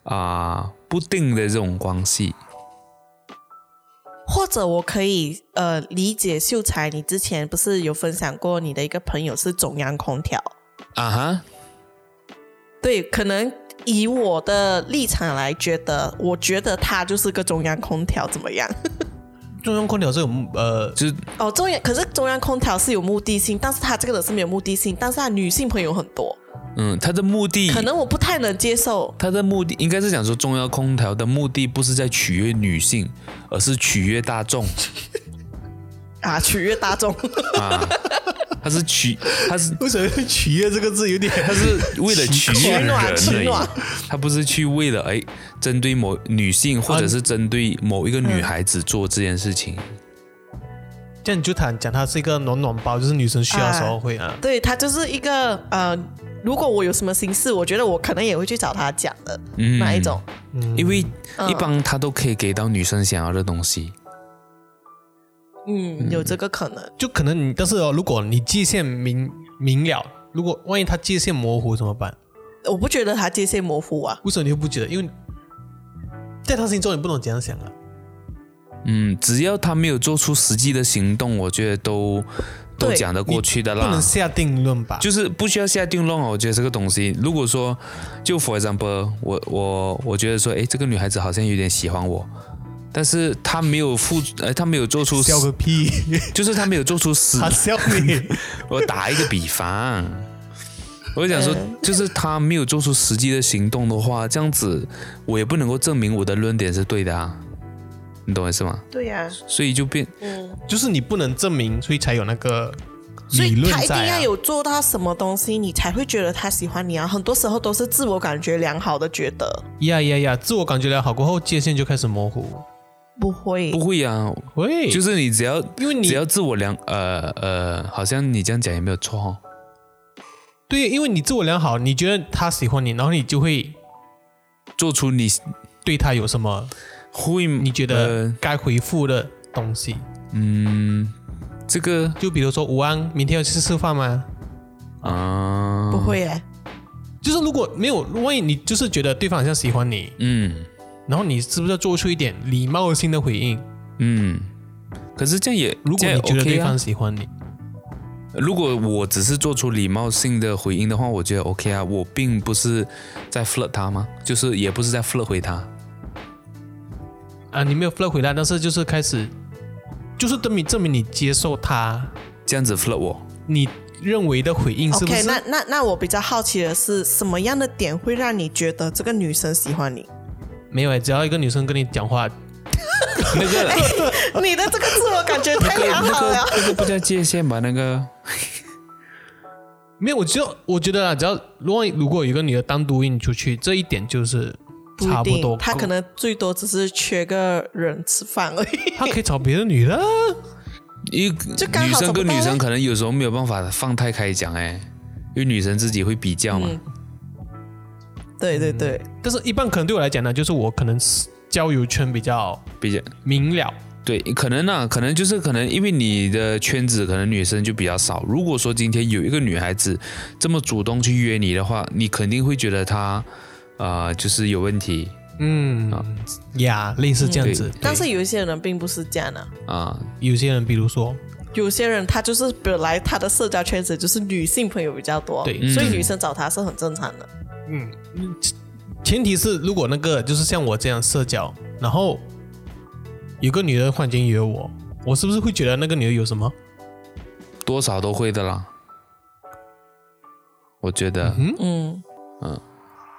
[SPEAKER 2] 啊、不定的这种关系，
[SPEAKER 3] 或者我可以呃理解秀才，你之前不是有分享过你的一个朋友是中央空调？
[SPEAKER 2] 啊哈，
[SPEAKER 3] 对，可能以我的立场来觉得，我觉得他就是个中央空调，怎么样？
[SPEAKER 1] 中央空调这种呃，
[SPEAKER 2] 就是
[SPEAKER 3] 哦，中央可是中央空调是有目的性，但是他这个人是没有目的性，但是他女性朋友很多，
[SPEAKER 2] 嗯，他的目的
[SPEAKER 3] 可能我不太能接受。
[SPEAKER 2] 他的目的应该是讲说，中央空调的目的不是在取悦女性，而是取悦大 众
[SPEAKER 3] 啊，取悦大众，
[SPEAKER 2] 啊。他是取，他是
[SPEAKER 1] 呃为什么“取悦”这个字有点？
[SPEAKER 2] 他是为了取悦
[SPEAKER 3] 取
[SPEAKER 2] 人
[SPEAKER 3] 暖取
[SPEAKER 2] 而已
[SPEAKER 3] 暖，
[SPEAKER 2] 他不是去为了哎针对某女性或者是针对某一个女孩子做这件事情。
[SPEAKER 1] 这样你就谈讲它是一个暖暖包，就是女生需要的时候会啊。
[SPEAKER 3] 对他就是一个呃，如果我有什么心事，我觉得我可能也会去找他讲的、
[SPEAKER 2] 嗯
[SPEAKER 3] 那一种。
[SPEAKER 2] 因为一般他都可以给到女生想要的东西。
[SPEAKER 3] 嗯，有这个可能。
[SPEAKER 1] 就可能你，但是、哦、如果你界限明明了，如果万一他界限模糊怎么办？
[SPEAKER 3] 我不觉得他界限模糊啊，
[SPEAKER 1] 为什么你会不觉得？因为在他心中你不能这样想啊。
[SPEAKER 2] 嗯，只要他没有做出实际的行动，我觉得都都
[SPEAKER 3] 对
[SPEAKER 2] 讲得过去的
[SPEAKER 1] 不
[SPEAKER 2] 啦。
[SPEAKER 1] 能下定论吧？
[SPEAKER 2] 就是不需要下定论哦。我觉得这个东西，如果说就 for example，我我我觉得说，诶，这个女孩子好像有点喜欢我，但是她没有付，呃，她没有做出，
[SPEAKER 1] 笑个屁！
[SPEAKER 2] 就是她没有做出实
[SPEAKER 1] 他笑你，
[SPEAKER 2] 我打一个比方，我想说，就是他没有做出实际的行动的话，这样子我也不能够证明我的论点是对的啊，你懂我意思吗？
[SPEAKER 3] 对呀、
[SPEAKER 2] 所以就变，
[SPEAKER 3] 嗯
[SPEAKER 1] 就是你不能证明，所以才有那个
[SPEAKER 3] 所
[SPEAKER 1] 理
[SPEAKER 3] 以
[SPEAKER 1] 论
[SPEAKER 3] 他一定
[SPEAKER 1] 在啊
[SPEAKER 3] 要。有做到什么东西，你才会觉得他喜欢你啊。很多时候都是自我感觉良好的觉得，
[SPEAKER 1] 呀呀呀！自我感觉良好过后，界限就开始模糊。
[SPEAKER 3] 不会
[SPEAKER 2] 不会啊，
[SPEAKER 1] 喂，
[SPEAKER 2] 就是是你只要
[SPEAKER 1] 因为你
[SPEAKER 2] 只要自我良，呃呃，好像你这样讲也没有错哦。
[SPEAKER 1] 对，因为你自我良好，你觉得他喜欢你，然后你就会
[SPEAKER 2] 做出你
[SPEAKER 1] 对他有什么
[SPEAKER 2] 会呃
[SPEAKER 1] 你
[SPEAKER 2] 你
[SPEAKER 1] 觉得该回复的东西。
[SPEAKER 2] 嗯，这个
[SPEAKER 1] 就比如说，午安，明天要去吃饭吗？
[SPEAKER 2] 啊，
[SPEAKER 3] 不，会
[SPEAKER 1] 嗯
[SPEAKER 3] 哎、
[SPEAKER 1] 就是如果没有，万一你就是觉得对方好像喜欢你，
[SPEAKER 2] 嗯
[SPEAKER 1] 然后你是不是要做出一点礼貌性的回应？
[SPEAKER 2] 嗯，可是这样也
[SPEAKER 1] 如果
[SPEAKER 2] 这
[SPEAKER 1] 你
[SPEAKER 2] 样也
[SPEAKER 1] 觉得
[SPEAKER 2] OK
[SPEAKER 1] 对
[SPEAKER 2] 啊
[SPEAKER 1] 方喜欢你，
[SPEAKER 2] 如果我只是做出礼貌性的回应的话，我觉得 OK 啊，我并不是在 flirt 他吗？就是也不是在 flirt 回他。
[SPEAKER 1] 啊，你没有 flirt 回来，但是就是开始，就是证明证明你接受他，
[SPEAKER 2] 这样子 flirt 我，
[SPEAKER 1] 你认为的回应是不
[SPEAKER 3] OK，
[SPEAKER 1] 是？
[SPEAKER 3] 那那那我比较好奇的是，什么样的点会让你觉得这个女生喜 欢你？
[SPEAKER 1] 没有欸，只要一个女生跟你讲话，
[SPEAKER 2] 那 个
[SPEAKER 3] 你的这哎个哎自我感觉太
[SPEAKER 2] 那个
[SPEAKER 3] 良
[SPEAKER 2] 那
[SPEAKER 3] 好
[SPEAKER 2] 个
[SPEAKER 3] 了。
[SPEAKER 2] 那个不叫界限吧？那个
[SPEAKER 1] 没有，我只有我觉得啊，只要如果如果有一个女的单独约你出去，这一点就是
[SPEAKER 3] 不
[SPEAKER 1] 差
[SPEAKER 3] 一
[SPEAKER 1] 不多
[SPEAKER 3] 定，
[SPEAKER 1] 够，
[SPEAKER 3] 他可能最多只是缺个人吃饭而已。
[SPEAKER 1] 她可以找别的女的啊，
[SPEAKER 2] 一
[SPEAKER 3] 就刚
[SPEAKER 2] 女
[SPEAKER 3] 好
[SPEAKER 2] 生
[SPEAKER 3] 找不
[SPEAKER 2] 跟
[SPEAKER 3] 到
[SPEAKER 2] 女
[SPEAKER 3] 啊
[SPEAKER 2] 生可能有时候没有办法放太开讲哎，因为女生自己会比较
[SPEAKER 3] 嗯
[SPEAKER 2] 嘛。
[SPEAKER 1] 嗯
[SPEAKER 3] 对对对，
[SPEAKER 1] 但是一般可能对我来讲呢，就是我可能是交友圈比较
[SPEAKER 2] 比较
[SPEAKER 1] 明了，
[SPEAKER 2] 对，可能啊，可能就是可能，因为你的圈子可能女生就比较少。如果说今天有一个女孩子这么主动去约你的话，你肯定会觉得她，呃，就是有问题
[SPEAKER 1] 嗯
[SPEAKER 2] 啊
[SPEAKER 1] 呀，类似这样子
[SPEAKER 2] 对。
[SPEAKER 3] 但是有一些人并不是这样的、啊，
[SPEAKER 2] 啊、
[SPEAKER 1] 有些人，比如说，
[SPEAKER 3] 有些人他就是本来他的社交圈子就是女性朋友比较多，
[SPEAKER 1] 对
[SPEAKER 3] 所以女生找他是很正常的。
[SPEAKER 1] 嗯，前提是如果那个就是像我这样社交，然后有个女的忽然间约我，我是不是会觉得那个女的有什么？
[SPEAKER 2] 多少都会的啦。我觉得，
[SPEAKER 3] 嗯，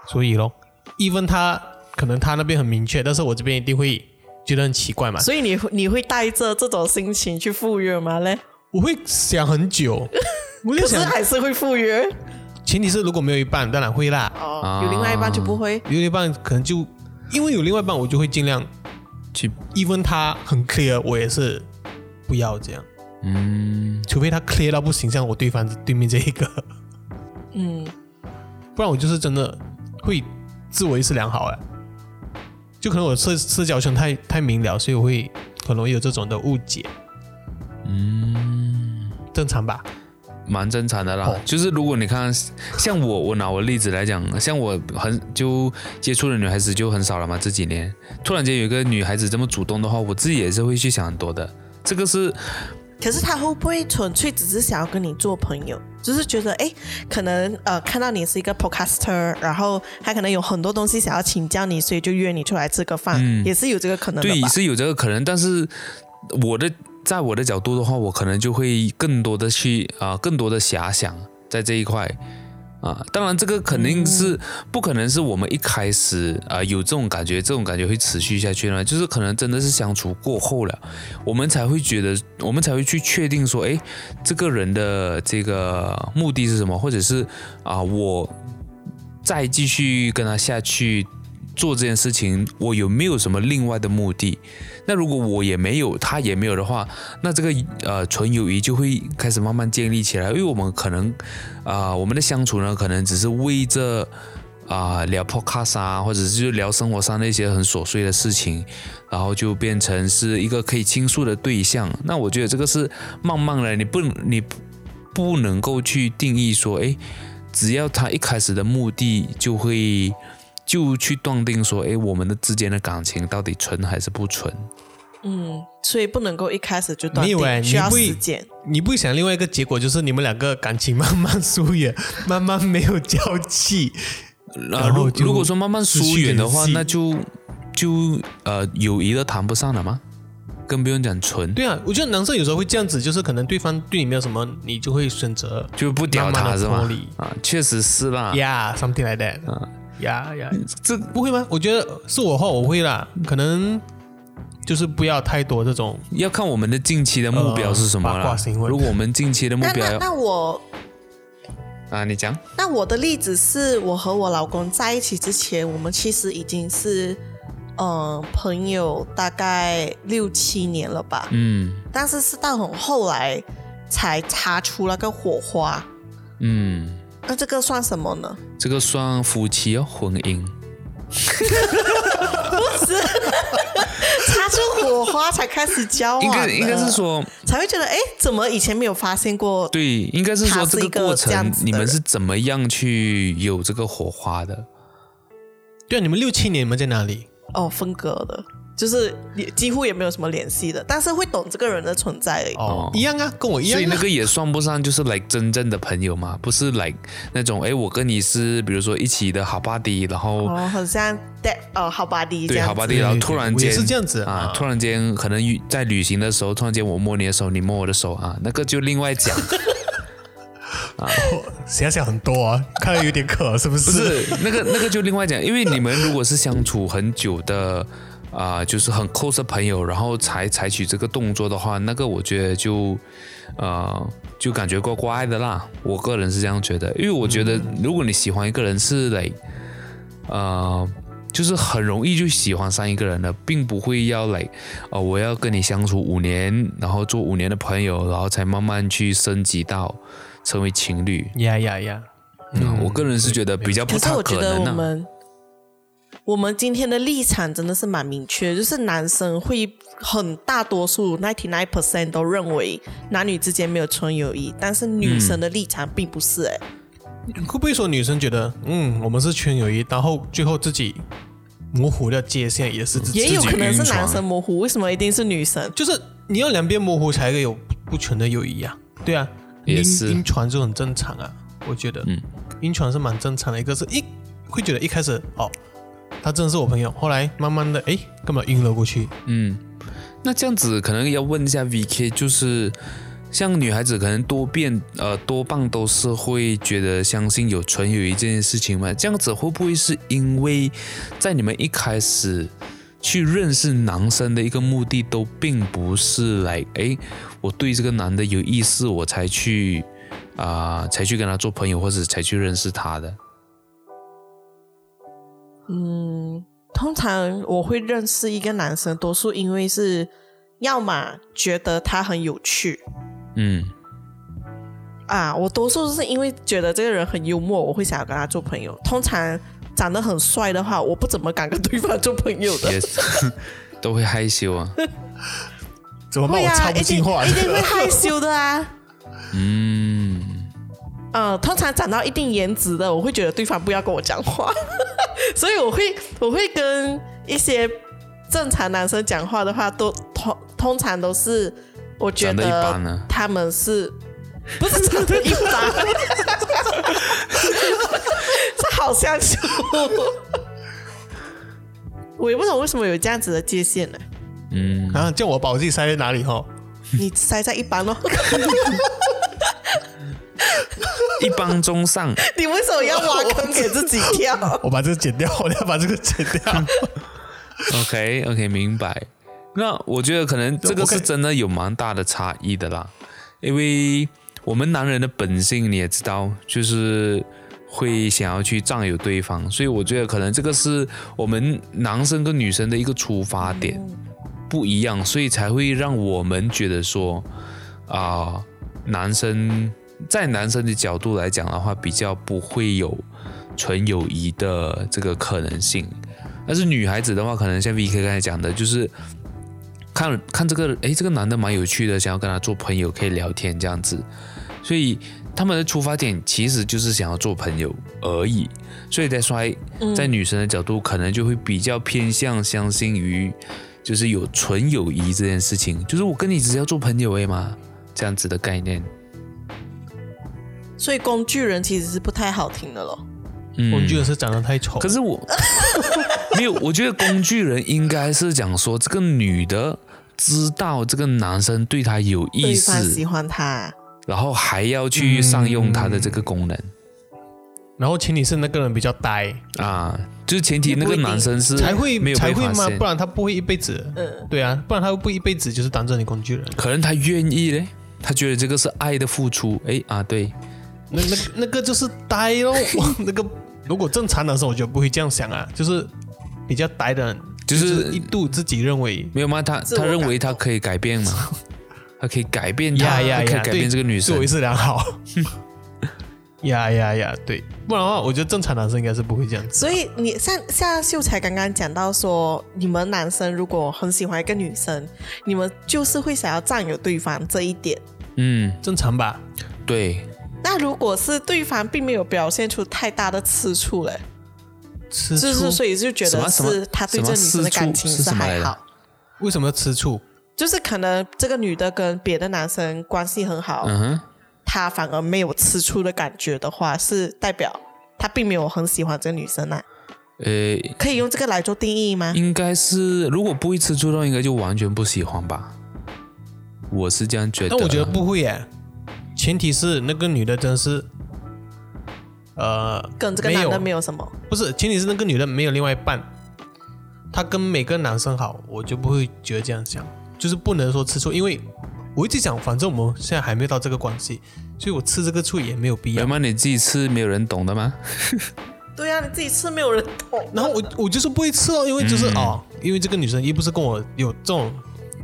[SPEAKER 1] 所以咯，even 她可能他那边很明确，但是我这边一定会觉得很奇怪嘛。
[SPEAKER 3] 所以你你会带着这种心情去赴约吗？嘞？
[SPEAKER 1] 我会想很 久，我
[SPEAKER 3] 可
[SPEAKER 1] 就是想，
[SPEAKER 3] 还是会赴约
[SPEAKER 1] 前提是如果没有一半，当然会啦。
[SPEAKER 3] 哦，有另外一半就不会。
[SPEAKER 1] 有一半可能就因为有另外一半，我就会尽量
[SPEAKER 2] 去，
[SPEAKER 1] ，even 他很 clear，我也是不要这样，
[SPEAKER 2] 嗯，
[SPEAKER 1] 除非他 clear 到不行，像我对方对面这一个，
[SPEAKER 3] 嗯，
[SPEAKER 1] 不然我就是真的会自我意识良好哎，就可能我社社交圈太太明了，所以我会很容易有这种的误解，嗯，正常吧？
[SPEAKER 2] 蛮正常的啦。
[SPEAKER 1] 哦
[SPEAKER 2] 就是如果你看，像我，我拿我例子来讲，像我很就接触的女孩子就很少了嘛，这几年突然间有一个女孩子这么主动的话，我自己也是会去想很多的。这个是
[SPEAKER 3] 可是他会不会纯粹只是想要跟你做朋友？就是觉得哎，诶可能呃看到你是一个 podcaster，然后他可能有很多东西想要请教你，所以就约你出来吃个饭，
[SPEAKER 1] 嗯
[SPEAKER 3] 也是有这个可能的
[SPEAKER 2] 对
[SPEAKER 3] 吧？
[SPEAKER 2] 是有这个可能，但是我的在我的角度的话，我可能就会更多的去啊、更多的遐想在这一块。啊，当然，这个肯定是、不可能是我们一开始啊、有这种感觉，这种感觉会持续下去呢。就是可能真的是相处过后了，我们才会觉得，我们才会去确定说，哎，这个人的这个目的是什么，或者是啊、我再继续跟他下去做这件事情，我有没有什么另外的目的？那如果我也没有，他也没有的话，那这个呃纯友谊就会开始慢慢建立起来，因为我们可能啊、我们的相处呢，可能只是为着。啊、聊 podcast 啊，或者是就聊生活上那些很琐碎的事情，然后就变成是一个可以倾诉的对象。那我觉得这个是慢慢的，你不你不能够去定义说，诶，只要他一开始的目的就会就去断定说，诶，我们的之间的感情到底纯还是不纯？
[SPEAKER 3] 嗯，所以不能够一开始就断
[SPEAKER 1] 没有诶
[SPEAKER 3] 定，需要
[SPEAKER 1] 你会
[SPEAKER 3] 时间。
[SPEAKER 1] 你不想另外一个结果就是你们两个感情慢慢疏远，慢慢没有交集，
[SPEAKER 2] 呃，
[SPEAKER 1] 然后
[SPEAKER 2] 如
[SPEAKER 1] 就
[SPEAKER 2] 如果说慢慢
[SPEAKER 1] 失去
[SPEAKER 2] 疏远的话，
[SPEAKER 1] 联系
[SPEAKER 2] 那就就呃友谊都谈不上了吗？更不用讲纯，
[SPEAKER 1] 对啊，我觉得男生有时候会这样子，就是可能对方对你没有什么，你就会选择
[SPEAKER 2] 就不屌
[SPEAKER 1] 慢慢
[SPEAKER 2] 他
[SPEAKER 1] 地
[SPEAKER 2] 是吗
[SPEAKER 1] 脱离？
[SPEAKER 2] 啊，确实是啦。
[SPEAKER 1] yeah something like that
[SPEAKER 2] 啊
[SPEAKER 1] yeah yeah，
[SPEAKER 2] 这
[SPEAKER 1] 不会吗？我觉得是我的话我会啦，可能就是不要太多这种
[SPEAKER 2] 要看我们的近期的目标是什么
[SPEAKER 1] 呃
[SPEAKER 2] 了
[SPEAKER 1] 八。卦新闻
[SPEAKER 2] 如果我们近期的目
[SPEAKER 3] 那
[SPEAKER 2] 标
[SPEAKER 3] 那
[SPEAKER 2] 要
[SPEAKER 3] 那我
[SPEAKER 2] 啊，你讲
[SPEAKER 3] 那我的例子是我和我老公在一起之前，我们其实已经是嗯、呃朋友大概六七年了吧，
[SPEAKER 2] 嗯
[SPEAKER 3] 但是是到很后来才擦出那个火花。
[SPEAKER 2] 嗯，
[SPEAKER 3] 那这个算什 么呢？
[SPEAKER 2] 这个算夫妻哦，婚姻。
[SPEAKER 3] 擦出火花才开始交往的，
[SPEAKER 2] 应该应该是说，
[SPEAKER 3] 才会觉得哎，诶怎么以前没有发现过？
[SPEAKER 2] 对，应该是说
[SPEAKER 3] 他是
[SPEAKER 2] 这
[SPEAKER 3] 一个
[SPEAKER 2] 过
[SPEAKER 3] 这
[SPEAKER 2] 程
[SPEAKER 3] 样子的
[SPEAKER 2] 你们
[SPEAKER 3] 人
[SPEAKER 2] 是怎么样去有这个火花的？
[SPEAKER 1] 对啊，你们六七年你们在哪里？
[SPEAKER 3] 哦，分隔的，就是也几乎也没有什么联系的，但是会懂这个人的存在而已。
[SPEAKER 1] 哦
[SPEAKER 2] 哦，
[SPEAKER 1] 一样啊，跟我一样、
[SPEAKER 2] 所
[SPEAKER 1] 啊。
[SPEAKER 2] 以那个也算不上就是来真正的朋友嘛，不是来那种哎，诶我跟你是比如说一起的好 buddy，然后、
[SPEAKER 3] 哦，很像 that 哦，好吧的这
[SPEAKER 2] 对
[SPEAKER 3] 样
[SPEAKER 2] 好
[SPEAKER 3] 子
[SPEAKER 2] buddy，然后
[SPEAKER 1] 对对
[SPEAKER 2] 突然
[SPEAKER 1] 我
[SPEAKER 2] 间
[SPEAKER 1] 也是这样子
[SPEAKER 2] 啊
[SPEAKER 1] 啊，
[SPEAKER 2] 突然间可能与在旅行的时候，突然间我摸你的手，你摸我的手啊，那个就另外讲，
[SPEAKER 1] 想想很多啊，看来有点渴，是不是？
[SPEAKER 2] 不是那个那个就另外讲，因为你们如果是相处很久的。啊、就是很 close 的朋友，然后才采取这个动作的话，那个我觉得就，呃，就感觉怪怪的啦。我个人是这样觉得，因为我觉得如果你喜欢一个人是来，呃，就是很容易就喜欢上一个人了，并不会要来，呃，我要跟你相处五年，然后做五年的朋友，然后才慢慢去升级到成为情侣。
[SPEAKER 1] 呀呀呀！
[SPEAKER 2] 嗯，我个人是觉得比较不
[SPEAKER 3] 可是
[SPEAKER 2] 太
[SPEAKER 3] 我觉
[SPEAKER 2] 可
[SPEAKER 3] 得我
[SPEAKER 2] 能啊。
[SPEAKER 3] 们我们今天的立场真的是蛮明确，就是男生会呃很大多数 ninety nine percent 都认为呃男女之间没有纯友谊，但是女生的立场并不是哎、
[SPEAKER 2] 嗯
[SPEAKER 1] 会不会说女生觉得，嗯，我们是圈友谊，然后最后自己模糊的界限也是自己，
[SPEAKER 3] 也有
[SPEAKER 2] 自己
[SPEAKER 3] 可能是
[SPEAKER 2] 晕船
[SPEAKER 3] 男生模糊，为什么一定是女生？
[SPEAKER 1] 就是你要两边模糊才有不纯的友谊啊。对啊，
[SPEAKER 2] 也是
[SPEAKER 1] 晕晕船就很正常啊，我觉得，嗯，晕船是蛮正常的，一个是一会觉得一开始哦，他真的是我朋友，后来慢慢的哎，
[SPEAKER 2] 嗯
[SPEAKER 1] 根本晕了过去，
[SPEAKER 2] 那这样子可能要问一下 VK，就是像女孩子可能多变呃多半都是会觉得相信有纯友谊这件事情嘛。这样子会不会是因为在你们一开始去认识男生的一个目的都并不是来诶，我对这个男的有意思，我才去啊、 才去跟他做朋友，或者才去认识他的？
[SPEAKER 3] 通常我会认识一个男生，多数因为是要么觉得他很有趣
[SPEAKER 2] 嗯
[SPEAKER 3] 啊，我多数是因为觉得这个人很幽默，我会想要跟他做朋友。通常长得很帅的话，我不怎么敢跟对方做朋友的。
[SPEAKER 2] 也是都会害羞啊。
[SPEAKER 1] 怎么办？
[SPEAKER 3] 会
[SPEAKER 1] 我
[SPEAKER 3] 啊，
[SPEAKER 1] 插
[SPEAKER 3] 一
[SPEAKER 1] 不
[SPEAKER 3] 定
[SPEAKER 1] 进话
[SPEAKER 3] 一定会害羞的 啊。
[SPEAKER 2] 嗯，
[SPEAKER 3] 呃，通常长到一定颜值的，我会觉得对方不要跟我讲话， 所以我会我会跟一些正常男生讲话的话，都通通常都是我觉
[SPEAKER 2] 长得一
[SPEAKER 3] 得
[SPEAKER 2] 般啊
[SPEAKER 3] 他们是不是长得一般， 这好相处。我也不懂为什么有这样子的界限呢？
[SPEAKER 2] 嗯，
[SPEAKER 3] 哎
[SPEAKER 1] 啊！叫我把我自己塞在哪里哦哈？
[SPEAKER 3] 你塞在一般哦 咯，
[SPEAKER 2] 一般中上，
[SPEAKER 3] 你为什么要挖坑给自己跳？
[SPEAKER 1] 我把这个剪掉，我要把这个剪掉。
[SPEAKER 2] OK OK，明白。那我觉得可能这个是真的有蛮大的差异的啦，因为我们男人的本性你也知道，就是会想要去占有对方，所以我觉得可能这个是我们男生跟女生的一个出发点不一样，所以才会让我们觉得说啊、男生在男生的角度来讲的话，比较不会有纯友谊的这个可能性。但是女孩子的话，可能像 V K 刚才讲的，就是看看这个，诶，这个男的蛮有趣的，想要跟他做朋友，可以聊天这样子。所以他们的出发点其实就是想要做朋友而已。所以在衰，
[SPEAKER 1] 嗯
[SPEAKER 2] 在女生的角度，可能就会比较偏向相信于，就是有纯友谊这件事情，就是我跟你只是要做朋友诶嘛，这样子的概念。
[SPEAKER 3] 所以工具人其实是不太好听的咯。
[SPEAKER 2] 嗯
[SPEAKER 1] 我觉得是长得太丑，
[SPEAKER 2] 可是我 没有，我觉得工具人应该是讲说这个女的知道这个男生对她有意
[SPEAKER 3] 对方
[SPEAKER 2] 思
[SPEAKER 3] 喜，欢他，
[SPEAKER 2] 然后还要去善用他的这个功能、
[SPEAKER 1] 然后前提是那个人比较呆，
[SPEAKER 2] 啊，就是前提那个男生是
[SPEAKER 1] 才会
[SPEAKER 2] 没有
[SPEAKER 1] 才
[SPEAKER 2] 被
[SPEAKER 1] 会
[SPEAKER 2] 发
[SPEAKER 1] 吗？
[SPEAKER 2] 现
[SPEAKER 1] 不，然他不会一辈子。
[SPEAKER 3] 嗯，
[SPEAKER 1] 对啊，不然他会不会一辈子就是当着你工具人？
[SPEAKER 2] 可能他愿意嘞，他觉得这个是爱的付出，哎啊对，
[SPEAKER 1] 那那那个就是呆 咯，我那个如果正常男生，我觉得不会这样想啊，就是比较呆的人，
[SPEAKER 2] 就是
[SPEAKER 1] 一度自己认为
[SPEAKER 2] 没有吗？他
[SPEAKER 3] 自我
[SPEAKER 2] 他认为他可以改变嘛，他可以改变他，
[SPEAKER 1] 呀呀
[SPEAKER 2] 他可
[SPEAKER 1] 呀，
[SPEAKER 2] 以改
[SPEAKER 1] 对
[SPEAKER 2] 变这个女
[SPEAKER 1] 自
[SPEAKER 2] 生
[SPEAKER 1] 我意，识良 好。呀呀呀，对，不然的话，我觉得正常男生应该是不会这样子。
[SPEAKER 3] 所以你像像秀才刚刚讲到说，你们男生如果很喜欢一个女生，你们就是会想要占有对方这一点。
[SPEAKER 2] 嗯，
[SPEAKER 1] 正常吧？
[SPEAKER 2] 对，
[SPEAKER 3] 那如果是对方并没有表现出太大的吃醋嘞，
[SPEAKER 1] 吃醋？
[SPEAKER 3] 就是所以就觉
[SPEAKER 2] 什
[SPEAKER 3] 得
[SPEAKER 2] 么什么
[SPEAKER 3] 是他对这女生的感情
[SPEAKER 2] 什么吃醋是什么来
[SPEAKER 3] 还
[SPEAKER 2] 的
[SPEAKER 3] 好，
[SPEAKER 1] 为什么要吃醋？
[SPEAKER 3] 就是可能这个女的跟别的男生关系很好，
[SPEAKER 2] 嗯哼，
[SPEAKER 3] 她反而没有吃醋的感觉的话，是代表她并没有很喜欢这个女生啊。
[SPEAKER 2] 呃，
[SPEAKER 3] 可以用这个来做定义吗？
[SPEAKER 2] 应该是如果不会吃猪肉，应该就完全不喜欢吧。我是这样觉得。
[SPEAKER 1] 但我觉得，不会耶，前提是那个女的真是，呃，
[SPEAKER 3] 跟这个男的没
[SPEAKER 1] 有，
[SPEAKER 3] 有什么。
[SPEAKER 1] 不是，前提是那个女的没有另外一半，她跟每个男生好，我就不会觉得这样想，就是不能说吃醋，因为我一直想，反正我们现在还没有到这个关系，所以我吃这个醋也没有必要
[SPEAKER 2] 要。么你自己吃，没有人懂的吗？
[SPEAKER 3] 对啊呀、你自己吃没有人懂。
[SPEAKER 1] 然后我我就是不会吃哦，因为就是、
[SPEAKER 2] 嗯
[SPEAKER 1] 哦，因为这个女生又不是跟我有这种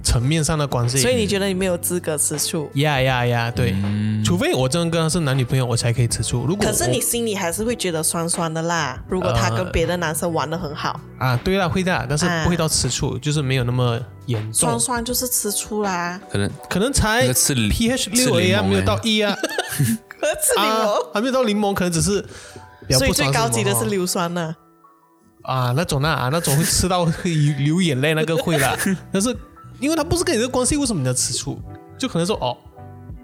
[SPEAKER 1] 层面上的关系，
[SPEAKER 3] 所以你觉得你没有资格吃醋？
[SPEAKER 1] 呀呀呀，对，
[SPEAKER 2] 嗯
[SPEAKER 1] 除非我真的跟她是男女朋友，我才可以吃醋。如果
[SPEAKER 3] 可是
[SPEAKER 1] 我
[SPEAKER 3] 你心里还是会觉得酸酸的啦。如果他跟别的男生玩的很好，
[SPEAKER 1] 啊，对啦，会的，但是
[SPEAKER 3] 啊
[SPEAKER 1] 不会到吃醋，就是没有那么严重
[SPEAKER 3] 酸，酸就是吃醋啦。
[SPEAKER 2] 可能
[SPEAKER 1] 可能
[SPEAKER 2] 那
[SPEAKER 1] 才
[SPEAKER 2] 个吃
[SPEAKER 1] pH 六
[SPEAKER 2] 吃
[SPEAKER 1] A
[SPEAKER 2] 柠
[SPEAKER 1] 啊，
[SPEAKER 2] 檬
[SPEAKER 1] 没有
[SPEAKER 2] 哎
[SPEAKER 1] 到一啊，
[SPEAKER 3] 可是柠
[SPEAKER 1] 啊
[SPEAKER 3] 檬，，
[SPEAKER 1] 还没有到柠檬，可能只是比较
[SPEAKER 3] 所以
[SPEAKER 1] 不
[SPEAKER 3] 最
[SPEAKER 1] 爽
[SPEAKER 3] 高
[SPEAKER 1] 柠檬
[SPEAKER 3] 级的
[SPEAKER 1] 哦
[SPEAKER 3] 是硫酸呢。
[SPEAKER 1] 啊，那种那 啊，那种会吃到会流眼泪那个会 啦，但是因为他不是跟你的关系，为什么你要吃醋？就可能说哦，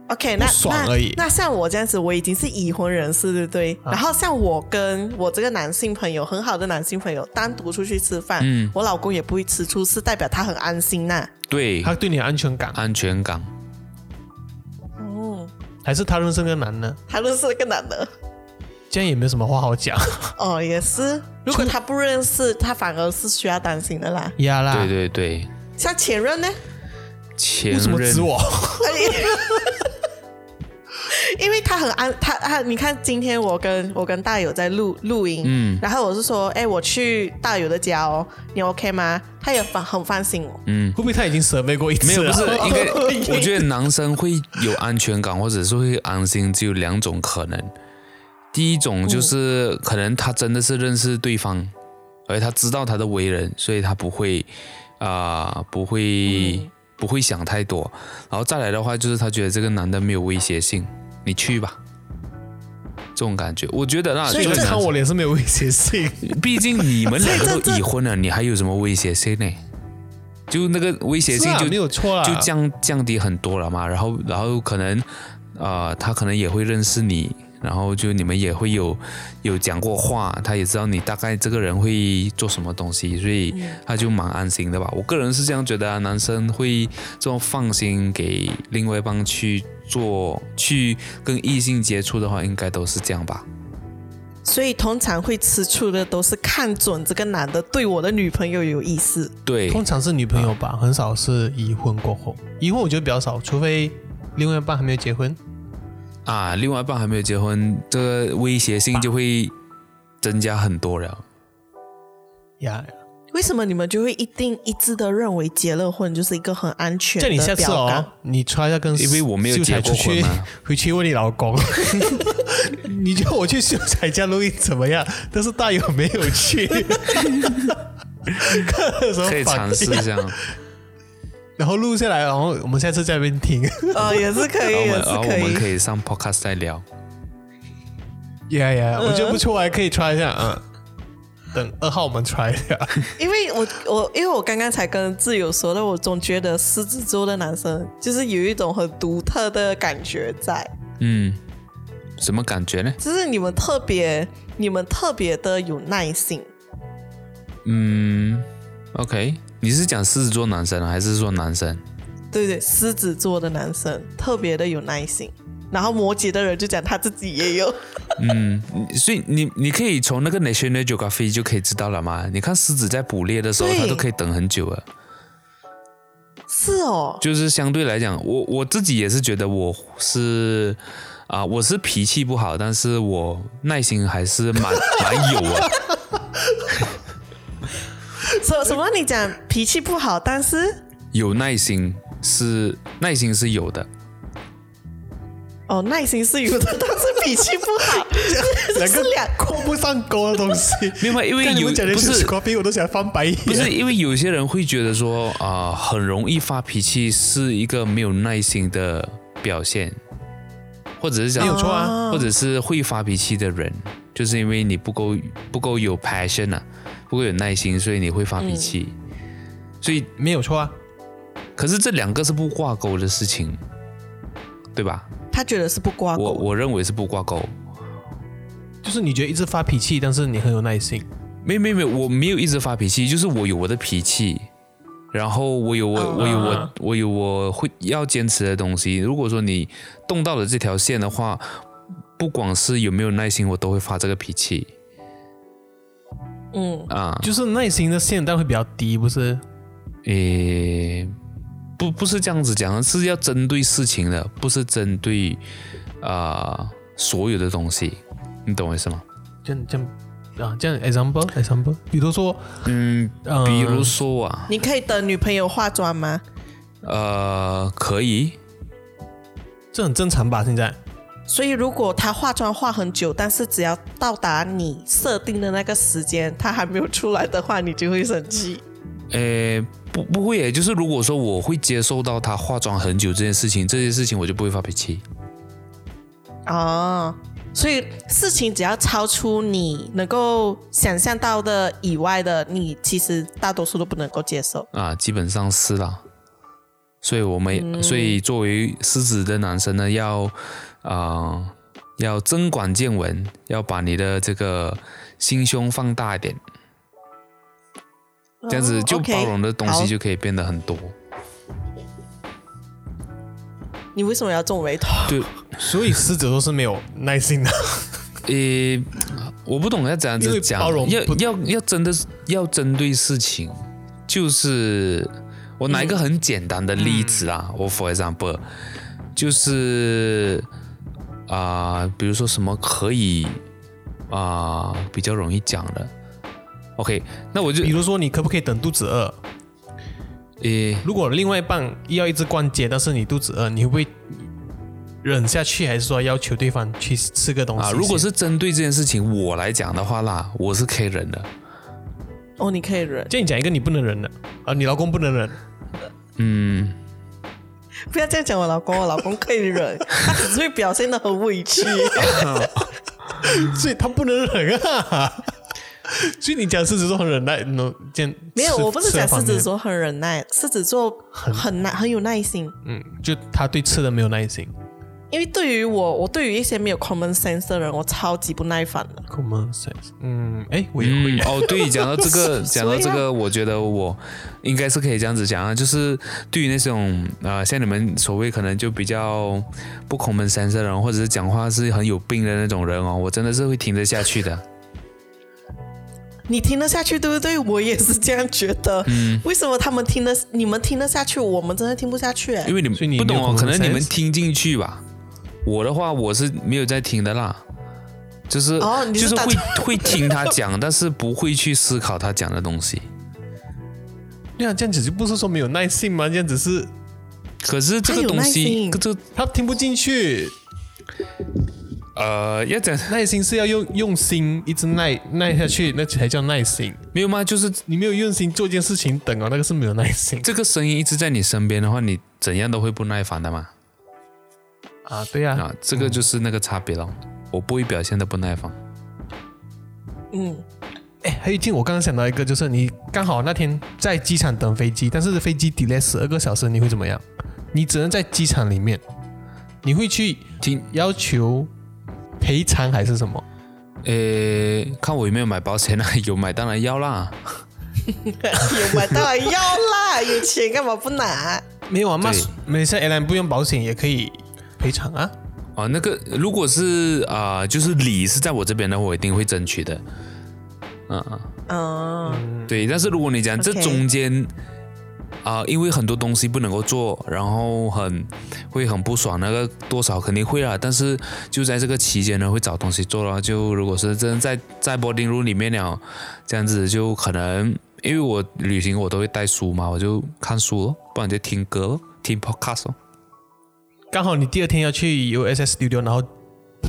[SPEAKER 3] OK，那
[SPEAKER 1] 不爽而已啊
[SPEAKER 3] 那那像我这样子，我已经是已婚人士，对不对？然后像我跟我这个男性朋友，很好的男性朋友，单独出去吃饭，
[SPEAKER 2] 嗯
[SPEAKER 3] 我老公也不会吃醋，是代表他很安心呐、
[SPEAKER 2] 对
[SPEAKER 1] 他对你有安全感，
[SPEAKER 2] 安全感，
[SPEAKER 1] 还是他认识那个男的？
[SPEAKER 3] 他认识那个男的，
[SPEAKER 1] 这样也没有什么话好讲
[SPEAKER 3] 哦，也是。如果他不认识，他反而是需要担心的啦。
[SPEAKER 1] 呀啦。
[SPEAKER 2] 对对对，
[SPEAKER 3] 像前任呢，
[SPEAKER 2] 前
[SPEAKER 1] 啊为什么
[SPEAKER 2] 任
[SPEAKER 1] 指我？
[SPEAKER 3] 因为他很安，他他，你看今天我跟我跟大友在录录音，嗯，然后我是说，哎，我去大友的家哦，你 OK 吗？他也很很放心我，
[SPEAKER 1] 会不会他已经设备过一次
[SPEAKER 2] 没有，不
[SPEAKER 1] 了？
[SPEAKER 2] 是
[SPEAKER 3] 啊
[SPEAKER 2] 应 该，我觉得男生会有安全感，或者是会安心，只有两种可能。第一种就是可能他真的是认识对方，而他知道他的为人，所以他不会啊、不会、
[SPEAKER 3] 嗯
[SPEAKER 2] 不会想太多。然后再来的话，就是他觉得这个男的没有威胁性，你去吧，这种感觉。我觉得啦，
[SPEAKER 3] 所以
[SPEAKER 2] 就
[SPEAKER 1] 你
[SPEAKER 2] 是
[SPEAKER 3] 这
[SPEAKER 1] 看
[SPEAKER 2] 男
[SPEAKER 1] 我脸是没有威胁性。
[SPEAKER 2] 毕竟你们两
[SPEAKER 3] 所
[SPEAKER 2] 个
[SPEAKER 3] 以这
[SPEAKER 2] 都已婚了，你还有什么威胁性呢？就那个威胁
[SPEAKER 1] 是
[SPEAKER 2] 性
[SPEAKER 1] 啊
[SPEAKER 2] 就
[SPEAKER 1] 没有错啦，
[SPEAKER 2] 就降降低很多了嘛。然后，然后可能，呃，他可能也会认识你，然后就你们也会有有讲过话，他也知道你大概这个人会做什么东西，所以他就蛮安心的吧。我个人是这样觉得啊，男生会这么放心给另外一帮去做去跟异性接触的话，应该都是这样吧。
[SPEAKER 3] 所以通常会吃醋的都是看准这个男的对我的女朋友有意思，
[SPEAKER 2] 对，
[SPEAKER 1] 通常是女朋友吧，很少是已婚过后。已婚我觉得比较少，除非另外一半还没有结婚。
[SPEAKER 2] 啊，另外一半还没有结婚，这个威胁性就会增加很多了。
[SPEAKER 1] 呀，
[SPEAKER 3] 为什么你们就会一定一致的认为结了婚就是一个很安全
[SPEAKER 1] 叫
[SPEAKER 3] 的
[SPEAKER 1] 你下次
[SPEAKER 3] 标杆？
[SPEAKER 1] 哦，你穿一下跟
[SPEAKER 2] 因为我没有
[SPEAKER 1] 秀才
[SPEAKER 2] 结
[SPEAKER 1] 出
[SPEAKER 2] 过
[SPEAKER 1] 去
[SPEAKER 2] 婚嘛，
[SPEAKER 1] 回 去问你老公， 你叫我去秀才家录音怎么样？但是大友没有去， 看了什么
[SPEAKER 2] 可以
[SPEAKER 1] 反
[SPEAKER 2] 尝试
[SPEAKER 1] 应？
[SPEAKER 2] 这样。
[SPEAKER 1] 然后录下来，然后我们下次在那边听。
[SPEAKER 3] 呃，也是可
[SPEAKER 2] 然后
[SPEAKER 3] 以，
[SPEAKER 2] 我
[SPEAKER 3] 也
[SPEAKER 2] 们，
[SPEAKER 3] 是
[SPEAKER 2] 然后我们
[SPEAKER 3] 以。
[SPEAKER 2] 可以上 podcast 再聊。
[SPEAKER 1] 呀呀，我觉得不错，还可以 try 一下啊。等二号我们 try 一下。
[SPEAKER 3] 因为我我因为我刚刚才跟挚友说的，我总觉得狮子座的男生就是有一种很独特的感觉在，
[SPEAKER 2] 嗯，什么感觉呢？
[SPEAKER 3] 就是你们特别你们特别的有耐心，
[SPEAKER 2] 嗯，OK，你是讲狮子座男生啊还是说男生？
[SPEAKER 3] 对对，狮子座的男生特别的有耐心。然后摩羯的人就讲他自己也有，
[SPEAKER 2] 所以你你可以从那个 National Geography 就可以知道了嘛。你看狮子在捕猎的时候，
[SPEAKER 3] 对
[SPEAKER 2] 它都可以等很久了。
[SPEAKER 3] 是哦，
[SPEAKER 2] 就是相对来讲，我我自己也是觉得我是啊、我是脾气不好，但是我耐心还是蛮蛮有啊。
[SPEAKER 3] 什什么？你讲脾气不好，但是
[SPEAKER 2] 有耐心是耐心是有的，
[SPEAKER 3] 哦耐心是有的，但是脾气不好，这
[SPEAKER 1] 两
[SPEAKER 3] 是
[SPEAKER 1] 个
[SPEAKER 3] 两
[SPEAKER 1] 扣不上钩的东西。
[SPEAKER 2] 没 有，因为
[SPEAKER 1] 看你
[SPEAKER 2] 有
[SPEAKER 1] 们讲的
[SPEAKER 2] 不是
[SPEAKER 1] Scorpio，我都想翻白眼。
[SPEAKER 2] 不是因为有些人会觉得说啊、很容易发脾气是一个没有耐心的表现，或者是讲
[SPEAKER 1] 没有错啊
[SPEAKER 2] 或者是会发脾气的人，就是因为你不够不够有 passion 啊，不够有耐心，所以你会发脾气。所以，
[SPEAKER 1] 没有错啊，
[SPEAKER 2] 可是这两个是不挂钩的事情，对吧？
[SPEAKER 3] 他觉得是不挂
[SPEAKER 2] 我
[SPEAKER 3] 钩。
[SPEAKER 2] 我认为是不挂钩。
[SPEAKER 1] 就是你觉得一直发脾气，但是你很有耐心。
[SPEAKER 2] 没没没，我没有一直发脾气，就是我有我的脾气，然后我有我、我有我我有我会要坚持的东西。如果说你动到了这条线的话，不管是有没有耐心，我都会发这个脾气
[SPEAKER 3] 嗯，
[SPEAKER 2] 啊。
[SPEAKER 1] 就是耐心的线但会比较低，不是？
[SPEAKER 2] 诶，不不是这样子讲，是要针对事情的，不是针对啊、所有的东西，你懂我意思吗？
[SPEAKER 1] 这样这样啊，这样 example example，比如说，
[SPEAKER 2] 嗯，
[SPEAKER 1] 呃，
[SPEAKER 2] 比如说啊，
[SPEAKER 3] 你可以等女朋友化妆吗？
[SPEAKER 2] 呃，可以，
[SPEAKER 1] 这很正常吧？现在
[SPEAKER 3] 所以如果她化妆化很久，但是只要到达你设定的那个时间，她还没有出来的话，你就会生气。
[SPEAKER 2] 诶，呃不不会耶，就是如果说我会接受到她化妆很久这件事情，这件事情我就不会发脾气。
[SPEAKER 3] 哦，所以事情只要超出你能够想象到的以外的，你其实大多数都不能够接受。
[SPEAKER 2] 啊，基本上是啦。所以我们，
[SPEAKER 3] 嗯
[SPEAKER 2] 所以作为狮子的男生呢，要啊、呃要增广见闻，要把你的这个心胸放大一点，这样子就
[SPEAKER 3] 哦 OK，
[SPEAKER 2] 包容的东
[SPEAKER 3] 好
[SPEAKER 2] 西就可以变得很多。
[SPEAKER 3] 你为什么要皱眉头？
[SPEAKER 2] 就
[SPEAKER 1] 所以狮子座是没有耐心 的。
[SPEAKER 2] 诶，呃我不懂要怎样
[SPEAKER 1] 因
[SPEAKER 2] 子
[SPEAKER 1] 为
[SPEAKER 2] 讲
[SPEAKER 1] 包，容
[SPEAKER 2] 要
[SPEAKER 1] 不
[SPEAKER 2] 要要真的是要针对事情，就是我拿一个很简单的例子
[SPEAKER 1] 嗯
[SPEAKER 2] 啊，我 for example，就是啊、比如说什么可以啊、比较容易讲的，OK，那我就呃
[SPEAKER 1] 比如说，你可不可以等肚子饿？
[SPEAKER 2] 诶
[SPEAKER 1] 如果另外一半要一只关节，但是你肚子饿，你会不会忍下去，还是说要求对方去吃个东西
[SPEAKER 2] 啊，
[SPEAKER 1] 先？
[SPEAKER 2] 如果是针对这件事情我来讲的话啦，我是可以忍的，
[SPEAKER 3] 哦，你可以忍，
[SPEAKER 1] 这样你讲一个你不能忍的啊，你老公不能忍，
[SPEAKER 2] 嗯。
[SPEAKER 3] 不要这样讲我老公，我老公可以忍， 他只是会表现的很委 屈。
[SPEAKER 1] 所以他不能忍啊。 所以你讲狮子座很忍耐，能这样
[SPEAKER 3] 没有，
[SPEAKER 1] 吃
[SPEAKER 3] 我不是
[SPEAKER 1] 吃的
[SPEAKER 3] 讲
[SPEAKER 1] 方
[SPEAKER 3] 狮子
[SPEAKER 1] 面
[SPEAKER 3] 座很忍耐，狮子座很耐很有耐心。
[SPEAKER 1] 嗯，就他对吃的没有耐心。
[SPEAKER 3] 因为对于我，我对于一些没有 common sense 的人，我超级不耐烦的。
[SPEAKER 1] Common sense，嗯，哎，我也会，
[SPEAKER 2] 嗯，哦，对，讲到这个，
[SPEAKER 3] 所
[SPEAKER 2] 讲
[SPEAKER 3] 以啊
[SPEAKER 2] 到这个，我觉得我应该是可以这样子讲啊，就是对于那种呃，像你们所谓可能就比较不孔门三的人，或者是讲话是很有病的那种人哦，我真的是会听得下去 的。
[SPEAKER 3] 你听得下去，对不对？我也是这样觉得。
[SPEAKER 2] 嗯
[SPEAKER 3] 为什么他们听得，你们听得下去，我们真的听不下去、哎
[SPEAKER 2] 因为你们
[SPEAKER 1] 所以你
[SPEAKER 2] 不懂
[SPEAKER 1] 没有
[SPEAKER 2] 哦，
[SPEAKER 1] common
[SPEAKER 2] 可能你们
[SPEAKER 1] sense
[SPEAKER 2] 听进去吧。我的话，我是没有在听的啦，就是、
[SPEAKER 3] 哦你
[SPEAKER 2] 就是是
[SPEAKER 3] 打
[SPEAKER 2] 会 会听他讲，但是不会去思考他讲的东西。
[SPEAKER 1] 对啊，这样子就不是说没有耐性吗？这样子是
[SPEAKER 2] 可是这
[SPEAKER 3] 他
[SPEAKER 2] 个
[SPEAKER 3] 有
[SPEAKER 2] 东
[SPEAKER 3] 耐
[SPEAKER 2] 西
[SPEAKER 3] 心，
[SPEAKER 2] 这
[SPEAKER 1] 他听不进去，
[SPEAKER 2] 呃要讲
[SPEAKER 1] 耐心是要用用心一直耐耐下去，那才叫耐心。
[SPEAKER 2] 没有吗？就是
[SPEAKER 1] 你没有用心做一件事情，等啊，那个是没有耐心
[SPEAKER 2] 这个声音一直在你身边的话，你怎样都会不耐烦的嘛。
[SPEAKER 1] 啊。对啊，
[SPEAKER 2] 啊，这个就是那个差别咯。我不会表现的不耐烦。
[SPEAKER 3] 嗯，
[SPEAKER 1] 哎，还有一件我刚刚想到一个，就是你刚好那天在机场等飞机，但是飞机 delay 十二个小时，你会怎么样？你只能在机场里面，你会去
[SPEAKER 2] 听，
[SPEAKER 1] 要求赔偿还是什么？
[SPEAKER 2] 呃，看我有没有买保险啊？有买当然要啦。
[SPEAKER 3] 有买当然要啦，有钱干嘛不拿？
[SPEAKER 1] 没有啊，那
[SPEAKER 2] 对
[SPEAKER 1] 每次 airline 不用保险也可以赔偿啊。
[SPEAKER 2] 哦，那个如果是啊、就是理是在我这边的话，我一定会争取的。嗯嗯，
[SPEAKER 3] 嗯，
[SPEAKER 2] 对。但是如果你讲这
[SPEAKER 3] OK
[SPEAKER 2] 中间啊、因为很多东西不能够做，然后很会很不爽，那个多少肯定会啊。但是就在这个期间呢，会找东西做了。就如果是真的在在 boarding room 里面了，这样子就可能因为我旅行我都会带书嘛，我就看书咯，不然就听歌咯，听 podcast 咯。
[SPEAKER 1] 刚好你第二天要去 USS Studio，然后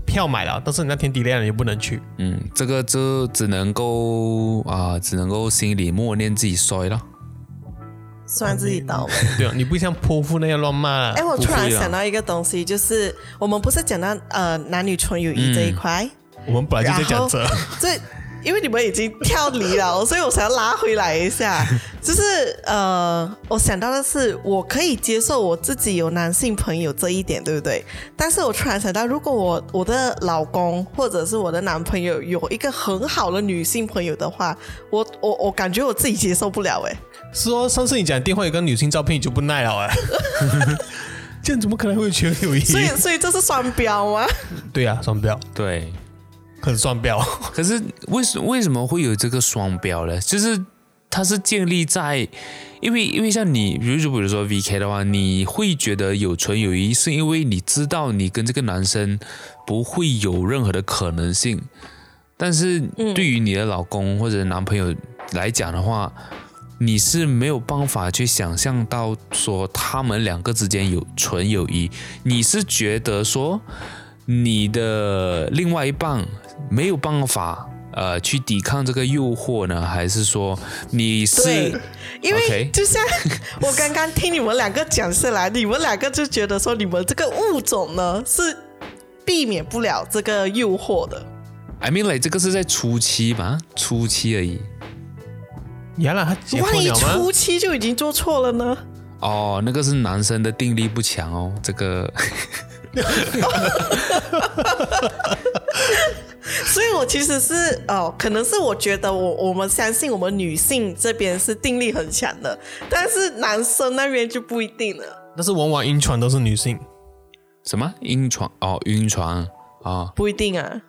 [SPEAKER 1] 票买了，但是你那天 delay 了，你也不能 去。
[SPEAKER 2] 嗯，这个就只能够啊、只能够心里默念自己衰了。
[SPEAKER 3] 算自己倒霉。
[SPEAKER 1] 对啊，你不像泼妇那样乱骂啊
[SPEAKER 3] 哎、。我突然
[SPEAKER 2] 嗯不会啦
[SPEAKER 3] 想到一个东西，就是我们不是讲到呃男女纯友谊这
[SPEAKER 2] 嗯
[SPEAKER 3] 一块，
[SPEAKER 1] 我们本来就在讲这，
[SPEAKER 3] 这因为你们已经跳离了，所以我想要拉回来 一下。就是呃，我想到的是，我可以接受我自己有男性朋友这一点，对不对？但是我突然想到，如果我我的老公或者是我的男朋友有一个很好的女性朋友的话，我我我感觉我自己接受不了哎、
[SPEAKER 1] 是哦，上次你讲电话有个女性照片，你就不耐了 哎。这样怎么可能会有全友谊？
[SPEAKER 3] 所以所以这是双标吗？
[SPEAKER 1] 对啊，双标，
[SPEAKER 2] 对，
[SPEAKER 1] 很双 标。
[SPEAKER 2] 可是为什为什么会有这个双标呢？就是它是建立在，因为因为像你，比如说比如说 V K 的话，你会觉得有纯友谊，是因为你知道你跟这个男生不会有任何的可能性。但是对于你的老公或者男朋友来讲的话，你是没有办法去想象到说他们两个之间有纯友谊，你是觉得说你的另外一半没有办法呃去抵抗这个诱惑呢，还是说你
[SPEAKER 3] 对
[SPEAKER 2] 是，
[SPEAKER 3] 因为
[SPEAKER 2] OK
[SPEAKER 3] 就像我刚刚听你们两个讲下来，你们两个就觉得说你们这个物种呢是避免不了这个诱惑的。
[SPEAKER 2] I mean like 这个是在初期嘛，初期而已。
[SPEAKER 1] 原来他结婚
[SPEAKER 3] 万一
[SPEAKER 1] 了吗
[SPEAKER 3] 初？期就已经做错了呢？
[SPEAKER 2] 哦，那个是男生的定力不强哦，这个
[SPEAKER 3] 所以我其实是哦，可能是我觉得我我们相信我们女性这边是定力很强的，但是男生那边就不一定了。
[SPEAKER 1] 但是往往晕船都是女性，
[SPEAKER 2] 什么晕船哦，晕船啊、哦
[SPEAKER 3] 不一定啊。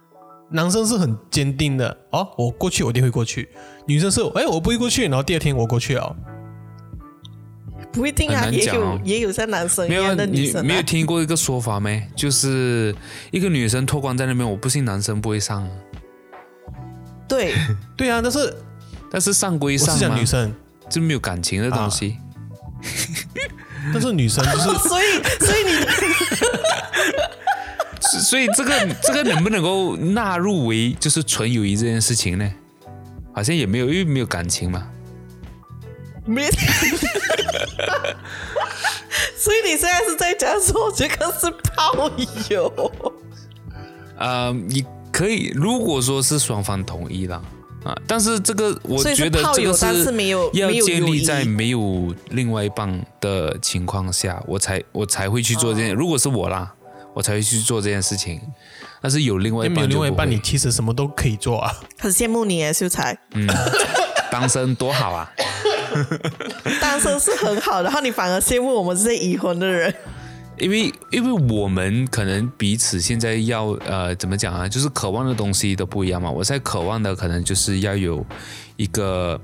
[SPEAKER 1] 男生是很坚定的哦，我过去我一定会过去。女生是哎我不会过去，然后第二天我过去了。
[SPEAKER 3] 不一定啊，
[SPEAKER 2] 很难
[SPEAKER 3] 也
[SPEAKER 2] 讲
[SPEAKER 3] 有、
[SPEAKER 2] 哦
[SPEAKER 3] 也有像男生一
[SPEAKER 2] 没有啊
[SPEAKER 3] 样的女
[SPEAKER 2] 你
[SPEAKER 3] 生、啊
[SPEAKER 2] 没有听过一个说法没？就是一个女生脱光在那边，我不信男生不会上，
[SPEAKER 3] 对，
[SPEAKER 1] 对啊，但是
[SPEAKER 2] 但是上归
[SPEAKER 1] 我
[SPEAKER 2] 上
[SPEAKER 1] 是讲
[SPEAKER 2] 嘛
[SPEAKER 1] 女，生，
[SPEAKER 2] 就没有感情的东西。
[SPEAKER 1] 但是女生就是
[SPEAKER 3] 所以所以你
[SPEAKER 2] 所所以这个这个能不能够纳入为就是纯友谊这件事情呢？好像也没有，因为没有感情嘛。
[SPEAKER 3] 没， 所以你现在是在讲说这个是炮友，
[SPEAKER 2] 呃，你可以如果说是双方同意啦，啊，但是这个我
[SPEAKER 3] 所以
[SPEAKER 2] 觉
[SPEAKER 3] 是
[SPEAKER 2] 得
[SPEAKER 3] 炮
[SPEAKER 2] 这
[SPEAKER 3] 友
[SPEAKER 2] 个，
[SPEAKER 3] 但是没有
[SPEAKER 2] 要
[SPEAKER 3] 没有
[SPEAKER 2] 建
[SPEAKER 3] 友
[SPEAKER 2] 立
[SPEAKER 3] 谊
[SPEAKER 2] 在没有另外一半的情况下，我才我才会去做
[SPEAKER 3] 哦
[SPEAKER 2] 这件。如果是我啦，我才会去做这件事情。但是有另外一
[SPEAKER 1] 也没有
[SPEAKER 2] 半就
[SPEAKER 1] 另
[SPEAKER 2] 不会，
[SPEAKER 1] 外一半，你其实什么都可以做啊。
[SPEAKER 3] 很羡慕你耶，秀才，
[SPEAKER 2] 单身多好啊！
[SPEAKER 3] 单身是很好的，然后你反而羡慕我们这些已婚的人，
[SPEAKER 2] 因为因为我们可能彼此现在要呃怎么讲啊，就是渴望的东西都不一样嘛。我现在渴望的可能就是要有一个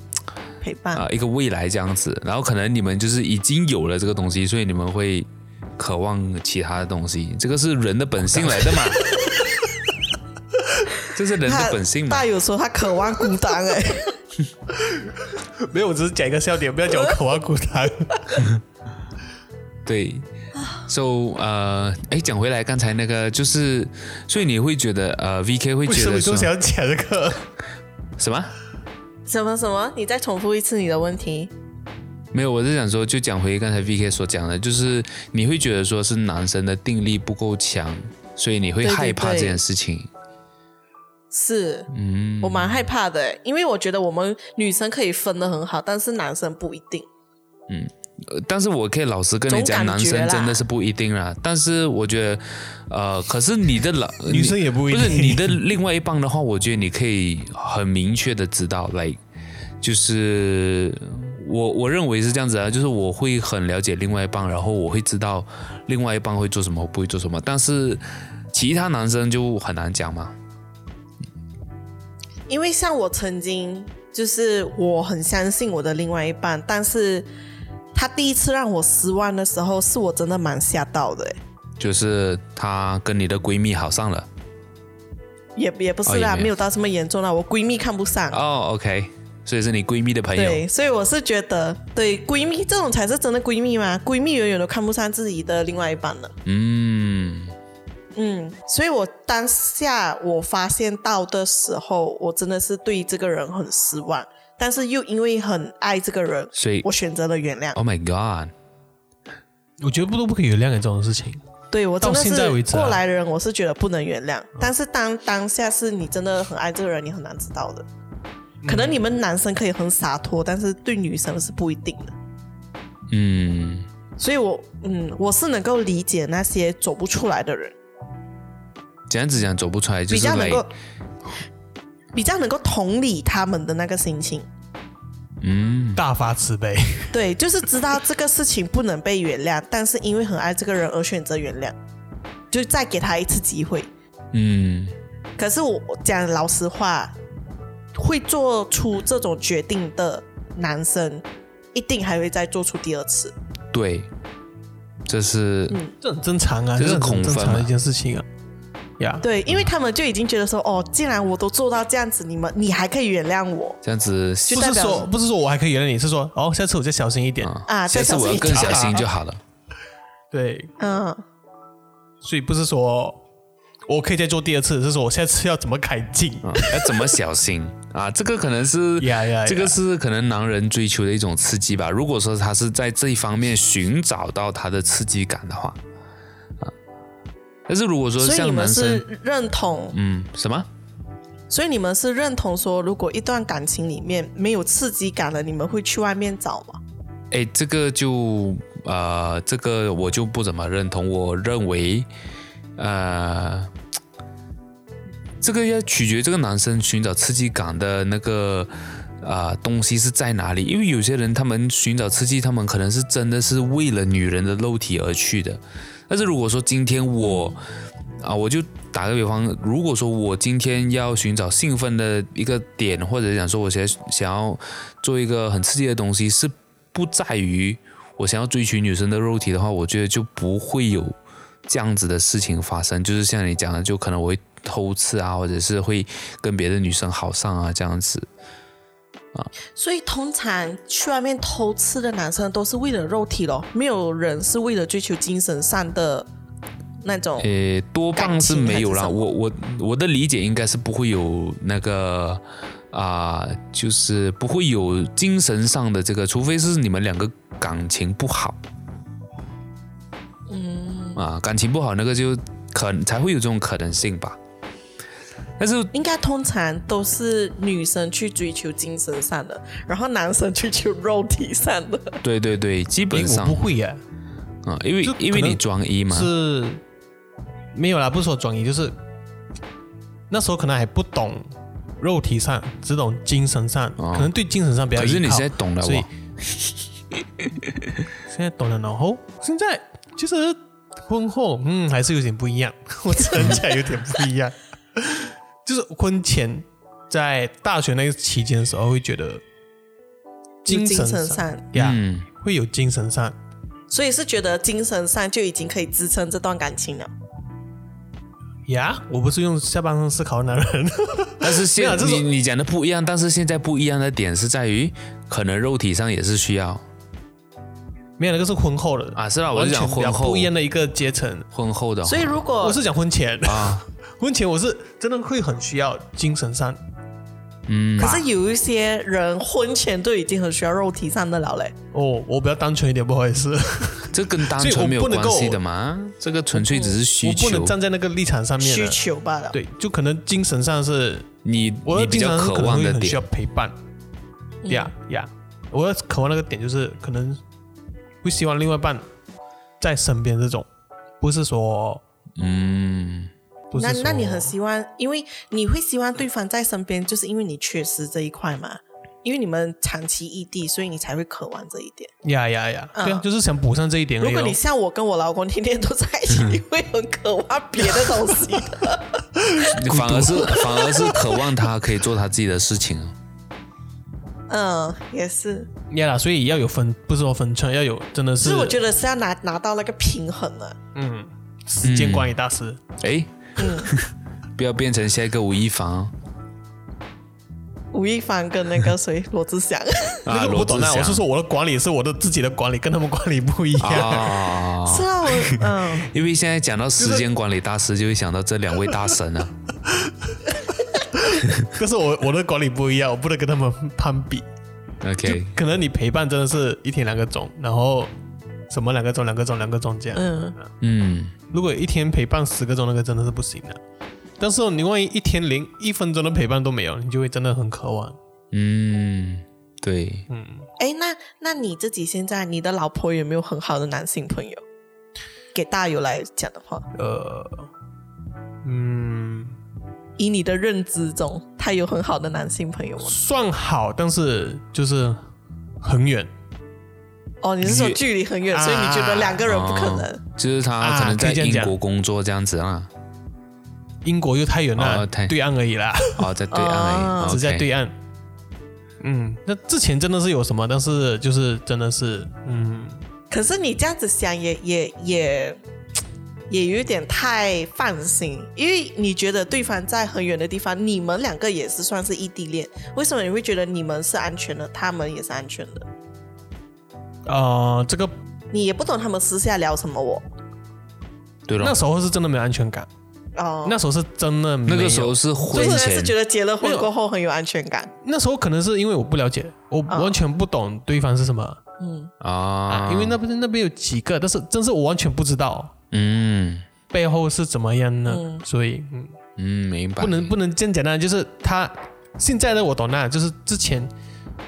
[SPEAKER 3] 陪伴。
[SPEAKER 2] 啊、一个未来这样子，然后可能你们就是已经有了这个东西，所以你们会渴望其他的东西，这个是人的本性来 的嘛，这是人
[SPEAKER 3] 他
[SPEAKER 2] 的本性嘛
[SPEAKER 3] 大。有说他渴望孤单哎、
[SPEAKER 1] 没有，我只是讲一个笑点，不要讲我口啊骨 痰。
[SPEAKER 2] 对，so 呃，哎，讲回来刚才那个就是，所以你会觉得呃，VK 会
[SPEAKER 1] 为
[SPEAKER 2] 觉
[SPEAKER 1] 什么
[SPEAKER 2] 得
[SPEAKER 1] 就
[SPEAKER 2] 说
[SPEAKER 1] 想要讲这个？
[SPEAKER 2] 什么？
[SPEAKER 3] 什么什么？你再重复一次你的问题。
[SPEAKER 2] 没有，我是想说，就讲回刚才 VK 所讲的，就是你会觉得说是男生的定力不够强，所以你会
[SPEAKER 3] 对对
[SPEAKER 2] 害怕
[SPEAKER 3] 对
[SPEAKER 2] 这件事情。
[SPEAKER 3] 是
[SPEAKER 2] 嗯，
[SPEAKER 3] 我蛮害怕的欸，因为我觉得我们女生可以分得很好，但是男生不一定。
[SPEAKER 2] 呃但是我可以老实跟你
[SPEAKER 3] 总
[SPEAKER 2] 讲，
[SPEAKER 3] 感
[SPEAKER 2] 男
[SPEAKER 3] 觉
[SPEAKER 2] 生
[SPEAKER 3] 啦
[SPEAKER 2] 真的是不一定啦。但是我觉得，呃，可是你的老
[SPEAKER 1] 女生也不一定
[SPEAKER 2] 不是你的另外一半的话，我觉得你可以很明确的知道，来，就是我我认为是这样子啊，就是我会很了解另外一半，然后我会知道另外一半会做什么，不会做什么。但是其他男生就很难讲嘛。
[SPEAKER 3] 因为像我曾经，就是我很相信我的另外一半，但是他第一次让我失望的时候，是我真的蛮吓到的欸，
[SPEAKER 2] 就是她跟你的闺蜜好上了
[SPEAKER 3] 也也不
[SPEAKER 2] 哦
[SPEAKER 3] 是
[SPEAKER 2] 也
[SPEAKER 3] 啦，
[SPEAKER 2] 没有
[SPEAKER 3] 没有到这么严重啦，我闺蜜看不上。
[SPEAKER 2] 哦，OK、o k 所以是你闺蜜的朋友。
[SPEAKER 3] 对，所以我是觉得，对闺蜜这种才是真的闺蜜嘛，闺蜜永远都看不上自己的另外一半的。
[SPEAKER 2] 嗯，
[SPEAKER 3] 嗯，所以我当下我发现到的时候，我真的是对这个人很失望，但是又因为很爱这个人，
[SPEAKER 2] 所以
[SPEAKER 3] 我选择了原谅。
[SPEAKER 2] Oh my God。
[SPEAKER 1] 我觉得不都不可以原谅的这种事情。
[SPEAKER 3] 对我真的
[SPEAKER 1] 到现在为
[SPEAKER 3] 是
[SPEAKER 1] 止啊嗯
[SPEAKER 3] 过来人，我是觉得不能原谅。但是当当下是你真的很爱这个人，你很难知道的。
[SPEAKER 1] 嗯
[SPEAKER 3] 可能你们男生可以很洒脱，但是对女生是不一定的。
[SPEAKER 2] 嗯，
[SPEAKER 3] 所以我嗯，我是能够理解那些走不出来的人，
[SPEAKER 2] 这样子讲走不出来，就
[SPEAKER 3] 比
[SPEAKER 2] 是
[SPEAKER 3] 较能
[SPEAKER 2] 来，
[SPEAKER 3] 够比较能够同理他们的那个心情。
[SPEAKER 2] 嗯，
[SPEAKER 1] 大发慈 悲，
[SPEAKER 3] 对，就是知道这个事情不能被原谅，但是因为很爱这个人而选择原谅，就再给他一次机会。
[SPEAKER 2] 嗯，
[SPEAKER 3] 可是我我讲老实话，会做出这种决定的男生，一定还会再做出第二次。
[SPEAKER 2] 对，这是，
[SPEAKER 3] 嗯
[SPEAKER 1] 这很正常啊，
[SPEAKER 2] 这是
[SPEAKER 1] 很
[SPEAKER 2] 恐
[SPEAKER 1] 正
[SPEAKER 2] 分
[SPEAKER 1] 常的一
[SPEAKER 2] 嘛
[SPEAKER 1] 件事情啊。呀，
[SPEAKER 3] 对，因为他们就已经觉得说，哦，既然我都做到这样子，你们你还可以原谅我
[SPEAKER 2] 这样子
[SPEAKER 1] 不
[SPEAKER 3] 代
[SPEAKER 1] 是
[SPEAKER 3] 表
[SPEAKER 1] 说不是说我还可以原谅你，是说哦，下次我再小心一点。
[SPEAKER 3] 啊
[SPEAKER 2] 下
[SPEAKER 3] 再
[SPEAKER 2] 次
[SPEAKER 3] 小
[SPEAKER 2] 我
[SPEAKER 3] 心
[SPEAKER 2] 要
[SPEAKER 3] 一
[SPEAKER 2] 更
[SPEAKER 3] 点
[SPEAKER 2] 小心就好了。
[SPEAKER 1] 对，
[SPEAKER 3] 嗯，
[SPEAKER 1] 所以不是说我可以再做第二次，是说我下次要怎么改进。
[SPEAKER 2] 啊，要怎么小心啊？这个可能是
[SPEAKER 1] 呀呀呀
[SPEAKER 2] 这个是可能男人追求的一种刺激吧。如果说他是在这一方面寻找到他的刺激感的话，啊，但是如果说
[SPEAKER 3] 所以你
[SPEAKER 2] 像
[SPEAKER 3] 们
[SPEAKER 2] 男生，
[SPEAKER 3] 是认同，
[SPEAKER 2] 嗯，什么？
[SPEAKER 3] 所以你们是认同说，如果一段感情里面没有刺激感了，你们会去外面找吗？
[SPEAKER 2] 哎，这个就呃，这个我就不怎么认同。我认为，呃，这个要取决这个男生寻找刺激感的那个啊、东西是在哪里，因为有些人他们寻找刺激，他们可能是真的是为了女人的肉体而去的。但是如果说今天我啊，我就打个比方，如果说我今天要寻找兴奋的一个点，或者讲说我想想要做一个很刺激的东西，是不在于我想要追求女生的肉体的话，我觉得就不会有这样子的事情发生。就是像你讲的，就可能我会偷吃啊，或者是会跟别的女生好上啊这样子。
[SPEAKER 3] 所以通常去外面偷吃的男生都是为了肉体咯，没有人是为了追求精神上的那种。
[SPEAKER 2] 诶，呃多半是没有啦。
[SPEAKER 3] 感情还是什么
[SPEAKER 2] 我我我的理解应该是不会有那个啊、就是不会有精神上的这个，除非是你们两个感情不好。嗯。啊，感情不好那个就可才会有这种可能性吧。但是
[SPEAKER 3] 应该通常都是女生去追求精神上的，然后男生去追求肉体上的。
[SPEAKER 2] 对对对，基
[SPEAKER 1] 诶
[SPEAKER 2] 本
[SPEAKER 1] 哎我
[SPEAKER 2] 上
[SPEAKER 1] 不会耶，
[SPEAKER 2] 啊，因为
[SPEAKER 1] 就可能
[SPEAKER 2] 因为你装一嘛，
[SPEAKER 1] 是没有啦，不是说转移，就是那时候可能还不懂肉体上，只懂精神上，
[SPEAKER 2] 哦
[SPEAKER 1] 可能对精神上比较
[SPEAKER 2] 可是
[SPEAKER 1] 依
[SPEAKER 2] 你
[SPEAKER 1] 靠
[SPEAKER 2] 现在懂了
[SPEAKER 1] 所以
[SPEAKER 2] 哇。
[SPEAKER 1] 现在懂了，然后现在其实婚后，嗯，还是有点不一样， 我承认起来有点不一样。 就是婚前，在大学那个期间的时候，会觉得精神
[SPEAKER 3] 精神上
[SPEAKER 1] 呀
[SPEAKER 2] 嗯，
[SPEAKER 1] 会有精神上，
[SPEAKER 3] 所以是觉得精神上就已经可以支撑这段感情了。
[SPEAKER 1] 哦呀，我不是用下半身思考的男人，
[SPEAKER 2] 但是
[SPEAKER 1] 没
[SPEAKER 2] 现
[SPEAKER 1] 有这
[SPEAKER 2] 你
[SPEAKER 1] 种
[SPEAKER 2] 你讲的不一样，但是现在不一样的点是在于，可能肉体上也是需要
[SPEAKER 1] 没有那个是婚后的
[SPEAKER 2] 啊。是啦，我
[SPEAKER 1] 完
[SPEAKER 2] 是
[SPEAKER 1] 全
[SPEAKER 2] 讲
[SPEAKER 1] 比
[SPEAKER 2] 婚
[SPEAKER 1] 较
[SPEAKER 2] 后
[SPEAKER 1] 不一样的一个阶层。
[SPEAKER 2] 婚后的话，
[SPEAKER 3] 所以如果
[SPEAKER 1] 我是讲婚前，
[SPEAKER 2] 啊，
[SPEAKER 1] 婚前我是真的会很需要精神上，
[SPEAKER 2] 嗯
[SPEAKER 3] 可，是有一些人婚前都已经很需要肉体上的了嘞，
[SPEAKER 1] 哦，我比较单纯一点，不好意思，
[SPEAKER 2] 这跟单
[SPEAKER 1] 所以我
[SPEAKER 2] 纯没有
[SPEAKER 1] 不能
[SPEAKER 2] 关
[SPEAKER 1] 够
[SPEAKER 2] 系的嘛，这个纯粹只是需
[SPEAKER 1] 我不能
[SPEAKER 2] 求，
[SPEAKER 1] 站在那个立场上面
[SPEAKER 3] 需
[SPEAKER 1] 的。
[SPEAKER 3] 求罢了。
[SPEAKER 1] 对，就可能精神上是
[SPEAKER 2] 你
[SPEAKER 1] 我
[SPEAKER 2] 你
[SPEAKER 1] 的
[SPEAKER 2] 比
[SPEAKER 1] 精神
[SPEAKER 2] 较
[SPEAKER 1] 上
[SPEAKER 2] 渴
[SPEAKER 1] 可能
[SPEAKER 2] 望
[SPEAKER 1] 会
[SPEAKER 2] 的
[SPEAKER 1] 很需要
[SPEAKER 2] 点，
[SPEAKER 1] 陪伴，呀呀，我要渴望那个点就是可能会希望另外一半在身边这种，不是说
[SPEAKER 2] 嗯，
[SPEAKER 1] 不是
[SPEAKER 3] 那
[SPEAKER 1] 说
[SPEAKER 3] 那你很希望，因为你会希望对方在身边，就是因为你缺失这一块嘛，因为你们长期异地，所以你才会渴望这一点。
[SPEAKER 1] 呀呀呀，
[SPEAKER 3] 嗯
[SPEAKER 1] 对啊，就是想补上这一点而
[SPEAKER 3] 如
[SPEAKER 1] 已
[SPEAKER 3] 果
[SPEAKER 1] 咯。
[SPEAKER 3] 你像我跟我老公天天都在 一起，你会很渴望别的东西的。
[SPEAKER 2] 你反而是 反而是渴望他可以做他自己的事情，啊
[SPEAKER 3] 嗯，也是，
[SPEAKER 1] 呀啦，所以要有分，不是说分寸，要有真的
[SPEAKER 3] 所
[SPEAKER 1] 是，
[SPEAKER 3] 以我觉得是要拿拿到那个平衡啊了。
[SPEAKER 1] 嗯，时间管理大师，
[SPEAKER 2] 哎，
[SPEAKER 3] 嗯，
[SPEAKER 2] 不要变成下一个吴亦凡啊
[SPEAKER 3] 吴亦凡跟那个谁罗志祥，
[SPEAKER 1] 那
[SPEAKER 2] 啊，
[SPEAKER 1] 个我
[SPEAKER 2] 罗
[SPEAKER 1] 不
[SPEAKER 2] 志
[SPEAKER 1] 懂啊，我是
[SPEAKER 2] 祥
[SPEAKER 1] 说我的管理是我的自己的管理，跟他们管理不一样。
[SPEAKER 2] 啊，
[SPEAKER 3] 是啊，我 嗯，
[SPEAKER 2] 因为现在讲到时间管理大师，就会想到这两位大 神啊。
[SPEAKER 1] 但是我我的管理不一样，我不能跟他们攀比。
[SPEAKER 2] OK，
[SPEAKER 1] 可能你陪伴真的是一天两个钟，然后什么两个钟、两个钟、两个钟这样。
[SPEAKER 3] 嗯，
[SPEAKER 2] 嗯，
[SPEAKER 1] 如果一天陪伴十个钟，那个真的是不行的。但是你万一一天连一分钟的陪伴都没有，你就会真的很渴望。
[SPEAKER 2] 嗯，对，
[SPEAKER 3] 哎，那那你自己现在你的老婆有没有很好的男性朋友？给大友来讲的话，
[SPEAKER 1] 呃，嗯，
[SPEAKER 3] 以你的认知中，他有很好的男性朋友吗？
[SPEAKER 1] 算好，但是就是很远
[SPEAKER 3] 哦，你是说距离很远，所以你觉得两个人不可
[SPEAKER 2] 啊
[SPEAKER 3] 能？
[SPEAKER 2] 就是他可
[SPEAKER 1] 啊
[SPEAKER 2] 能
[SPEAKER 1] 可
[SPEAKER 2] 在
[SPEAKER 1] 以这样
[SPEAKER 2] 英
[SPEAKER 1] 讲
[SPEAKER 2] 国工作这样子啊，
[SPEAKER 1] 英国又太远了，
[SPEAKER 2] 哦太
[SPEAKER 1] 对岸而已啦，
[SPEAKER 2] 哦，在对岸而已，
[SPEAKER 1] 只在
[SPEAKER 2] OK
[SPEAKER 1] 对岸。嗯，那之前真的是有什么，但是就是真的是，嗯，
[SPEAKER 3] 可是你这样子想也也也也有点太放心，因为你觉得对方在很远的地方，你们两个也是算是异地恋，为什么你会觉得你们是安全的，他们也是安全的？
[SPEAKER 1] 呃，这个
[SPEAKER 3] 你也不懂他们私下聊什么我，
[SPEAKER 2] 对
[SPEAKER 1] 那
[SPEAKER 2] 了，
[SPEAKER 1] 时候是真的没有安全感。
[SPEAKER 3] 哦，
[SPEAKER 1] 那时候是真的没有，
[SPEAKER 2] 那个时候是
[SPEAKER 3] 所
[SPEAKER 2] 婚
[SPEAKER 3] 以是
[SPEAKER 2] 前
[SPEAKER 3] 觉得结了婚过后很有安全感，
[SPEAKER 1] 那时候可能是因为我不了解，我
[SPEAKER 3] 嗯
[SPEAKER 1] 完全不懂对方是什么、
[SPEAKER 3] 嗯，
[SPEAKER 2] 啊
[SPEAKER 1] 啊，因为那边那边有几个，但是真是我完全不知道
[SPEAKER 2] 嗯
[SPEAKER 1] 背后是怎么样呢，
[SPEAKER 3] 嗯
[SPEAKER 1] 所以嗯，
[SPEAKER 2] 嗯明白，
[SPEAKER 1] 不能不能这样简单，就是他现在的我懂了，就是之前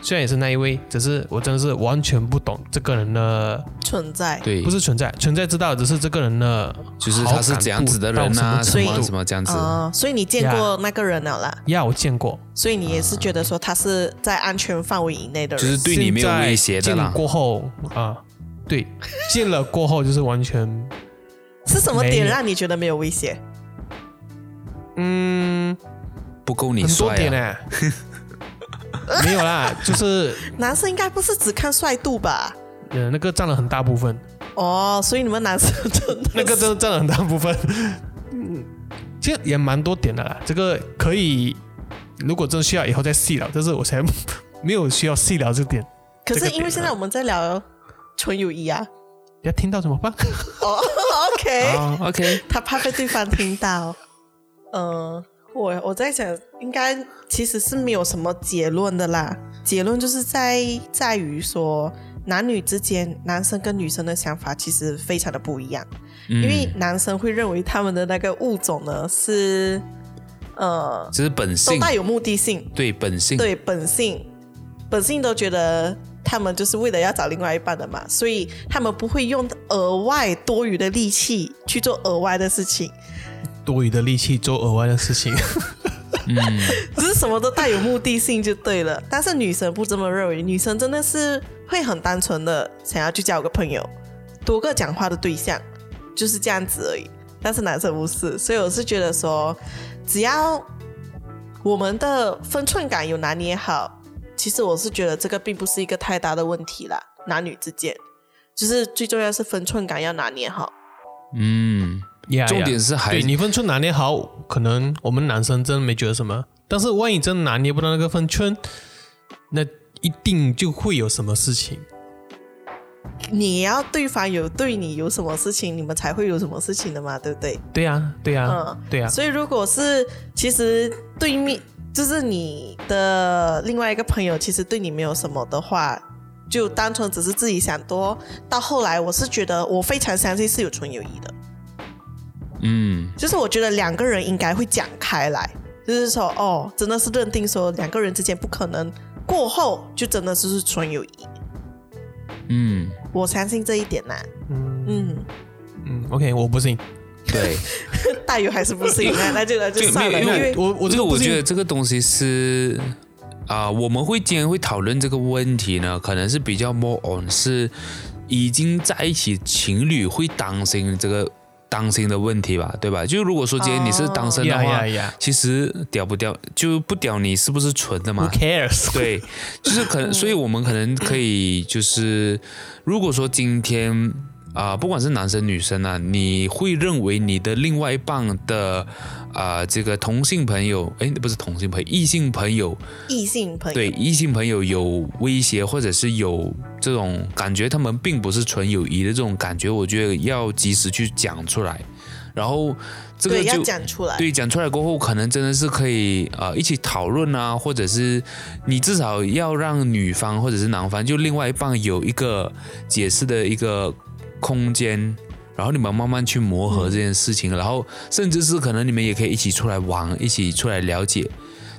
[SPEAKER 1] 虽然也是那一位，只是我真的是完全不懂这个人的，
[SPEAKER 3] 存在。
[SPEAKER 2] 对，
[SPEAKER 1] 不是存在，存在知道，只是这个人的
[SPEAKER 2] 就是他是怎样子的人呐、
[SPEAKER 1] 好感度到什
[SPEAKER 2] 什
[SPEAKER 3] 么程
[SPEAKER 2] 么
[SPEAKER 3] 度
[SPEAKER 2] 什么这样子，
[SPEAKER 3] 啊、所以你见过那个人了啦，
[SPEAKER 1] 呀，我见过，
[SPEAKER 3] 所以你也是觉得说他是在安全范围以内的人，
[SPEAKER 2] 就是对你没有威胁
[SPEAKER 1] 现在
[SPEAKER 2] 的
[SPEAKER 1] 见
[SPEAKER 2] 啦
[SPEAKER 1] 了。过后啊、对，见了过后就是完全，
[SPEAKER 3] 是什么
[SPEAKER 1] 没
[SPEAKER 3] 点
[SPEAKER 1] 有
[SPEAKER 3] 让你觉得没有威胁？
[SPEAKER 1] 嗯，
[SPEAKER 2] 不够你
[SPEAKER 1] 很多
[SPEAKER 2] 帅、
[SPEAKER 1] 点呢、
[SPEAKER 2] 啊，
[SPEAKER 1] 没有啦，就是
[SPEAKER 3] 男生应该不是只看帅度吧？
[SPEAKER 1] 呃那个占了很大部分，
[SPEAKER 3] 哦，所以你们男生真的
[SPEAKER 1] 那个真的占了很大部分， 嗯，其实也蛮多点的啦，这个可以，如果真需要以后再细聊，但是我才没有需要细聊这点，啊
[SPEAKER 3] 可
[SPEAKER 1] 这
[SPEAKER 3] 是
[SPEAKER 1] 个
[SPEAKER 3] 因为现在我们在聊纯友谊啊。
[SPEAKER 1] 要听到怎么办？
[SPEAKER 3] 哦，OK，
[SPEAKER 2] 啊 OK，
[SPEAKER 3] 他怕被对方听到。嗯、我我在想，应该其实是没有什么结论的啦。结论就是在在于说，男女之间，男生跟女生的想法其实非常的不一样。
[SPEAKER 2] 嗯，
[SPEAKER 3] 因为男生会认为他们的那个物种呢是，呃，
[SPEAKER 2] 这是本
[SPEAKER 3] 都
[SPEAKER 2] 性，
[SPEAKER 3] 带有目的性，
[SPEAKER 2] 对本性，
[SPEAKER 3] 对本性，本性都觉得他们就是为了要找另外一半的嘛，所以他们不会用额外多余的力气去做额外的事情，
[SPEAKER 1] 多余的力气做额外的事情，
[SPEAKER 3] 只是什么都带有目的性就对了。但是女生不这么认为，女生真的是会很单纯的想要去交个朋友，多个讲话的对象，就是这样子而已。但是男生不是，所以我是觉得说，只要我们的分寸感有拿捏好，其实我是觉得这个并不是一个太大的问题啦，男女之间，就是最重要是分寸感要拿捏好。
[SPEAKER 2] 嗯，
[SPEAKER 1] 哎呀呀
[SPEAKER 2] 重点是还
[SPEAKER 1] 对你分寸拿捏好，可能我们男生真没觉得什么，但是万一真拿捏不到那个分寸，那一定就会有什么事情。
[SPEAKER 3] 你要对方有对你有什么事情，你们才会有什么事情的嘛，对不对？
[SPEAKER 1] 对呀、对呀、
[SPEAKER 3] 嗯
[SPEAKER 1] 对
[SPEAKER 2] 啊
[SPEAKER 1] 呀、
[SPEAKER 3] 所以如果是其实对面就是你的另外一个朋友，其实对你没有什么的话，就单纯只是自己想多。到后来，我是觉得我非常相信是有纯友谊的，
[SPEAKER 2] 嗯，
[SPEAKER 3] 就是我觉得两个人应该会讲开来，就是说哦，真的是认定说两个人之间不可能过后就真的就是纯友谊，
[SPEAKER 2] 嗯，
[SPEAKER 3] 我相信这一点呐、
[SPEAKER 1] 嗯
[SPEAKER 3] 嗯，
[SPEAKER 1] 嗯，OK，我不信，
[SPEAKER 2] 对，
[SPEAKER 3] 大友还是不行啊，那就那就
[SPEAKER 2] 就
[SPEAKER 3] 算了，
[SPEAKER 2] 没有因为
[SPEAKER 1] 我我
[SPEAKER 2] 这
[SPEAKER 1] 真的
[SPEAKER 2] 个我
[SPEAKER 1] 不信
[SPEAKER 2] 觉得这个东西是啊、我们会今天会讨论这个问题呢，可能是比较 more on 是已经在一起情侣会担心这个担心的问题吧，对吧？就如果说今天你是单身的
[SPEAKER 1] 呀
[SPEAKER 2] 话
[SPEAKER 1] 呀呀
[SPEAKER 2] 其实屌不屌就不屌你是不是纯的
[SPEAKER 1] ，Who
[SPEAKER 2] 嘛。
[SPEAKER 1] cares？
[SPEAKER 2] 对，就是可
[SPEAKER 3] 嗯
[SPEAKER 2] 能，所以我们可能可以就是，如果说今天啊、不管是男生女生啊，你会认为你的另外一半的啊、这个同性朋友，哎，不是同性朋友，异性朋友，
[SPEAKER 3] 异性朋友
[SPEAKER 2] 对，异性朋友有威胁，或者是有这种感觉，他们并不是纯友谊的这种感觉，我觉得要及时去讲出来，然后这个
[SPEAKER 3] 对要
[SPEAKER 2] 就。
[SPEAKER 3] 讲出来，
[SPEAKER 2] 对，讲出来过后，可能真的是可以呃一起讨论啊，或者是你至少要让女方或者是男方就另外一半有一个解释的一个空间，然后你们慢慢去磨
[SPEAKER 3] 嗯
[SPEAKER 2] 合这件事情，然后甚至是可能你们也可以一起出来玩，一起出来了解。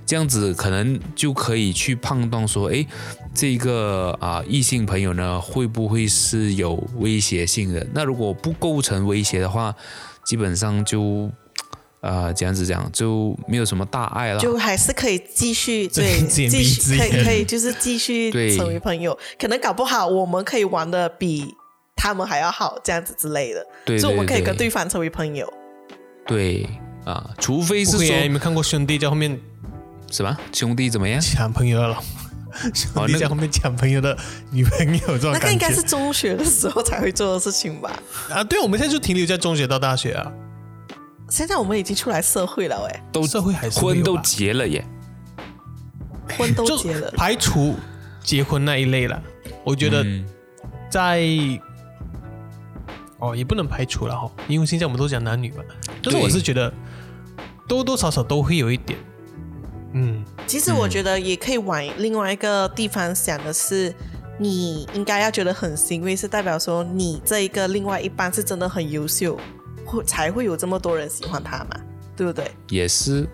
[SPEAKER 2] 这样子可能就可以去判断说，诶，这个啊、异性朋友呢会不会是有威胁性的？那如果不构成威胁的话，基本上就啊，这样子讲就没有什么大碍了。
[SPEAKER 3] 就还是可以继续 对，
[SPEAKER 1] 自言
[SPEAKER 3] 继续
[SPEAKER 1] 闭自
[SPEAKER 3] 可以
[SPEAKER 1] 言
[SPEAKER 3] 可以就是继续
[SPEAKER 2] 对
[SPEAKER 3] 成为朋友，可能搞不好我们可以玩的比他们还要好，这样子之类的，
[SPEAKER 2] 对
[SPEAKER 3] 所以我们可以
[SPEAKER 2] 对哦
[SPEAKER 3] 跟对
[SPEAKER 2] 对
[SPEAKER 3] 方成为朋友。
[SPEAKER 2] 对啊，除非
[SPEAKER 1] 不
[SPEAKER 2] 是
[SPEAKER 1] 会耶，你
[SPEAKER 2] 说
[SPEAKER 1] 们看过兄弟在后面
[SPEAKER 2] 什么兄弟怎么样？
[SPEAKER 1] 抢朋友的 了，兄弟
[SPEAKER 2] 哦那个
[SPEAKER 1] 在后面抢朋友的女朋 友这种
[SPEAKER 3] 那个应
[SPEAKER 1] 感觉
[SPEAKER 3] 该是中学的时候才会做的事情吧？
[SPEAKER 1] 啊，对，我们现在就停留在中学到大学啊，
[SPEAKER 3] 现在我们已经出来社 会了，哎，
[SPEAKER 2] 都
[SPEAKER 1] 社会还是会
[SPEAKER 2] 婚
[SPEAKER 1] 有
[SPEAKER 2] 都
[SPEAKER 1] 吧
[SPEAKER 2] 结了耶，
[SPEAKER 3] 婚都
[SPEAKER 1] 就
[SPEAKER 3] 结了，
[SPEAKER 1] 排除结婚那一类了，我觉得
[SPEAKER 2] 嗯
[SPEAKER 1] 在、哦也不能排除了哈，因为现在我们都讲男女嘛，但是
[SPEAKER 2] 对
[SPEAKER 1] 我是觉得多多少少都会有一点，嗯，
[SPEAKER 3] 其实我觉得也可以往另外一个地方想的是，你应该要觉得很欣慰，是代表说你这一个另外一半是真的很优秀，会才会有这么多人喜欢他嘛，对不对？
[SPEAKER 2] 也是。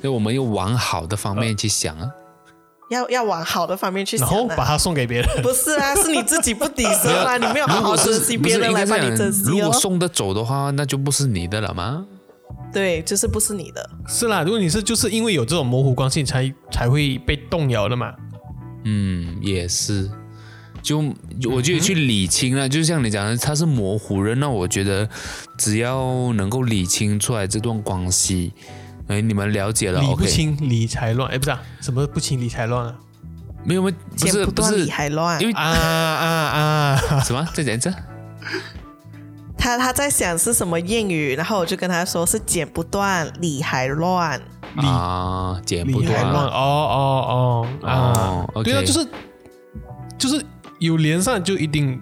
[SPEAKER 2] 所以我们用往好的方面去想啊，
[SPEAKER 3] 要要往好的方面去
[SPEAKER 1] 然
[SPEAKER 3] 想
[SPEAKER 1] 后
[SPEAKER 3] 的
[SPEAKER 1] 把。它送给别人。
[SPEAKER 3] 不是啊，是你自己不抵身 啊，你没 有好
[SPEAKER 2] 如
[SPEAKER 3] 好
[SPEAKER 2] 果
[SPEAKER 3] 珍
[SPEAKER 2] 是
[SPEAKER 3] 惜
[SPEAKER 2] 不
[SPEAKER 3] 别
[SPEAKER 2] 是
[SPEAKER 3] 人
[SPEAKER 2] 应
[SPEAKER 3] 来
[SPEAKER 2] 该
[SPEAKER 3] 帮
[SPEAKER 2] 这
[SPEAKER 3] 你
[SPEAKER 2] 样
[SPEAKER 3] 珍惜
[SPEAKER 2] 如果
[SPEAKER 3] 哦。
[SPEAKER 2] 送得走的话，那就不是你的了吗？
[SPEAKER 3] 对，就是不是你的。
[SPEAKER 1] 是啦，如果你是就是因为有这种模糊关系才才会被动摇的嘛。
[SPEAKER 2] 嗯，也是。就我就去理清了，就像你讲的，他是模糊人，那我觉得只要能够理清出来这段关系，哎，你们了解了
[SPEAKER 1] 理不
[SPEAKER 2] ，OK？
[SPEAKER 1] 清理财乱，哎，不是、啊、什么不清理财乱啊
[SPEAKER 2] 没有没有，不
[SPEAKER 3] 剪
[SPEAKER 2] 是不
[SPEAKER 3] 断
[SPEAKER 2] 是
[SPEAKER 3] 理还乱
[SPEAKER 2] 因。为
[SPEAKER 1] 啊啊啊！
[SPEAKER 2] 什么？再讲一次。
[SPEAKER 3] 他他在想是什么谚语，然后我就跟他说是剪不断理还乱。
[SPEAKER 1] 理
[SPEAKER 2] 啊，剪不
[SPEAKER 1] 理财
[SPEAKER 2] 断
[SPEAKER 1] 乱，
[SPEAKER 2] 啊
[SPEAKER 1] 哦哦哦啊！
[SPEAKER 2] 哦，OK
[SPEAKER 1] 对啊，就是就是有连上就一定，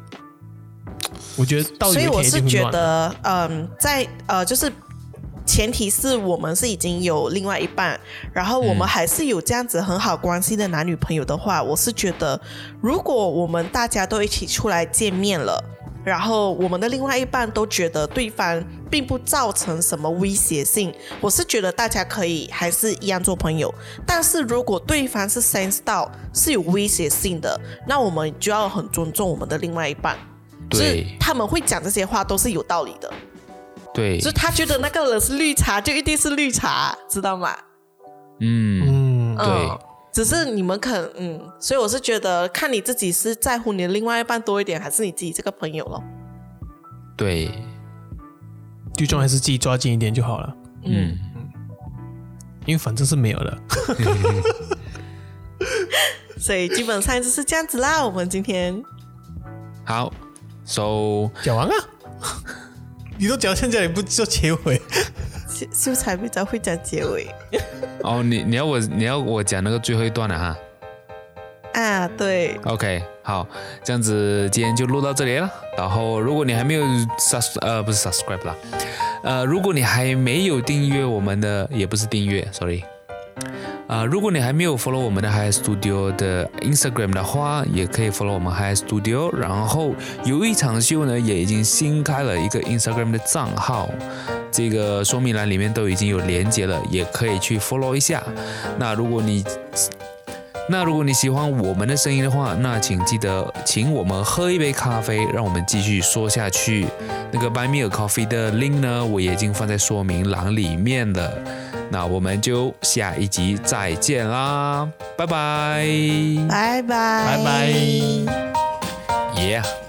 [SPEAKER 1] 我觉得到有
[SPEAKER 3] 所
[SPEAKER 1] 一
[SPEAKER 3] 以我
[SPEAKER 1] 天一
[SPEAKER 3] 是
[SPEAKER 1] 定会
[SPEAKER 2] 啊
[SPEAKER 3] 觉
[SPEAKER 1] 乱的。
[SPEAKER 3] 得，嗯，在呃，就是前提是我们是已经有另外一半，然后
[SPEAKER 2] 嗯
[SPEAKER 3] 我们还是有这样子很好关系的男女朋友的话，我是觉得，如果我们大家都一起出来见面了。然后我们的另外一半都觉得对方并不造成什么威胁性，我是觉得大家可以还是一样做朋友。但是如果对方是 sense 到是有威胁性的，那我们就要很尊重我们的另外一半。就是
[SPEAKER 2] 对
[SPEAKER 3] 他们会讲这些话都是有道理的，
[SPEAKER 2] 对
[SPEAKER 3] 就，是他觉得那个人是绿茶，就一定是绿茶，知道吗？
[SPEAKER 1] 嗯，
[SPEAKER 2] 嗯，对
[SPEAKER 3] 嗯，只是你们肯嗯，所以我是觉得看你自己是在乎你的另外一半多一点，还是你自己这个朋友咯。
[SPEAKER 2] 对，
[SPEAKER 1] 最终还是自己抓紧一点就好了，
[SPEAKER 2] 嗯，
[SPEAKER 1] 因为反正是没有的。
[SPEAKER 3] 所以基本上就是这样子啦。我们今天
[SPEAKER 2] 好，so
[SPEAKER 1] 讲 完啊，你都讲到现在，你不做结尾？
[SPEAKER 3] 秀秀才比较会讲结尾
[SPEAKER 2] 哦，你你要我你要我讲那个最后一段了哈。
[SPEAKER 3] 啊，对，
[SPEAKER 2] OK，好，这样子今天就录到这里了。然后，如果你还没有 sus 呃不是 subscribe 啦，呃，如果你还没有订阅我们的，也不是订阅，sorry。啊，如果你还没有 follow 我们的 Hi Studio 的 Instagram 的话，也可以 follow 我们 Hi Studio。然后有一场秀呢，也已经新开了一个 Instagram 的账号，这个说明栏里面都已经有连接了，也可以去 follow 一下。那如果你那如果你喜欢我们的声音的话，那请记得请我们喝一杯咖啡，让我们继续说下去。那个 Buy Me a Coffee 的 link 呢，我已经放在说明栏里面了。那我们就下一集再见啦，拜拜
[SPEAKER 3] 拜拜，
[SPEAKER 1] 嗯拜拜
[SPEAKER 2] ，Yeah。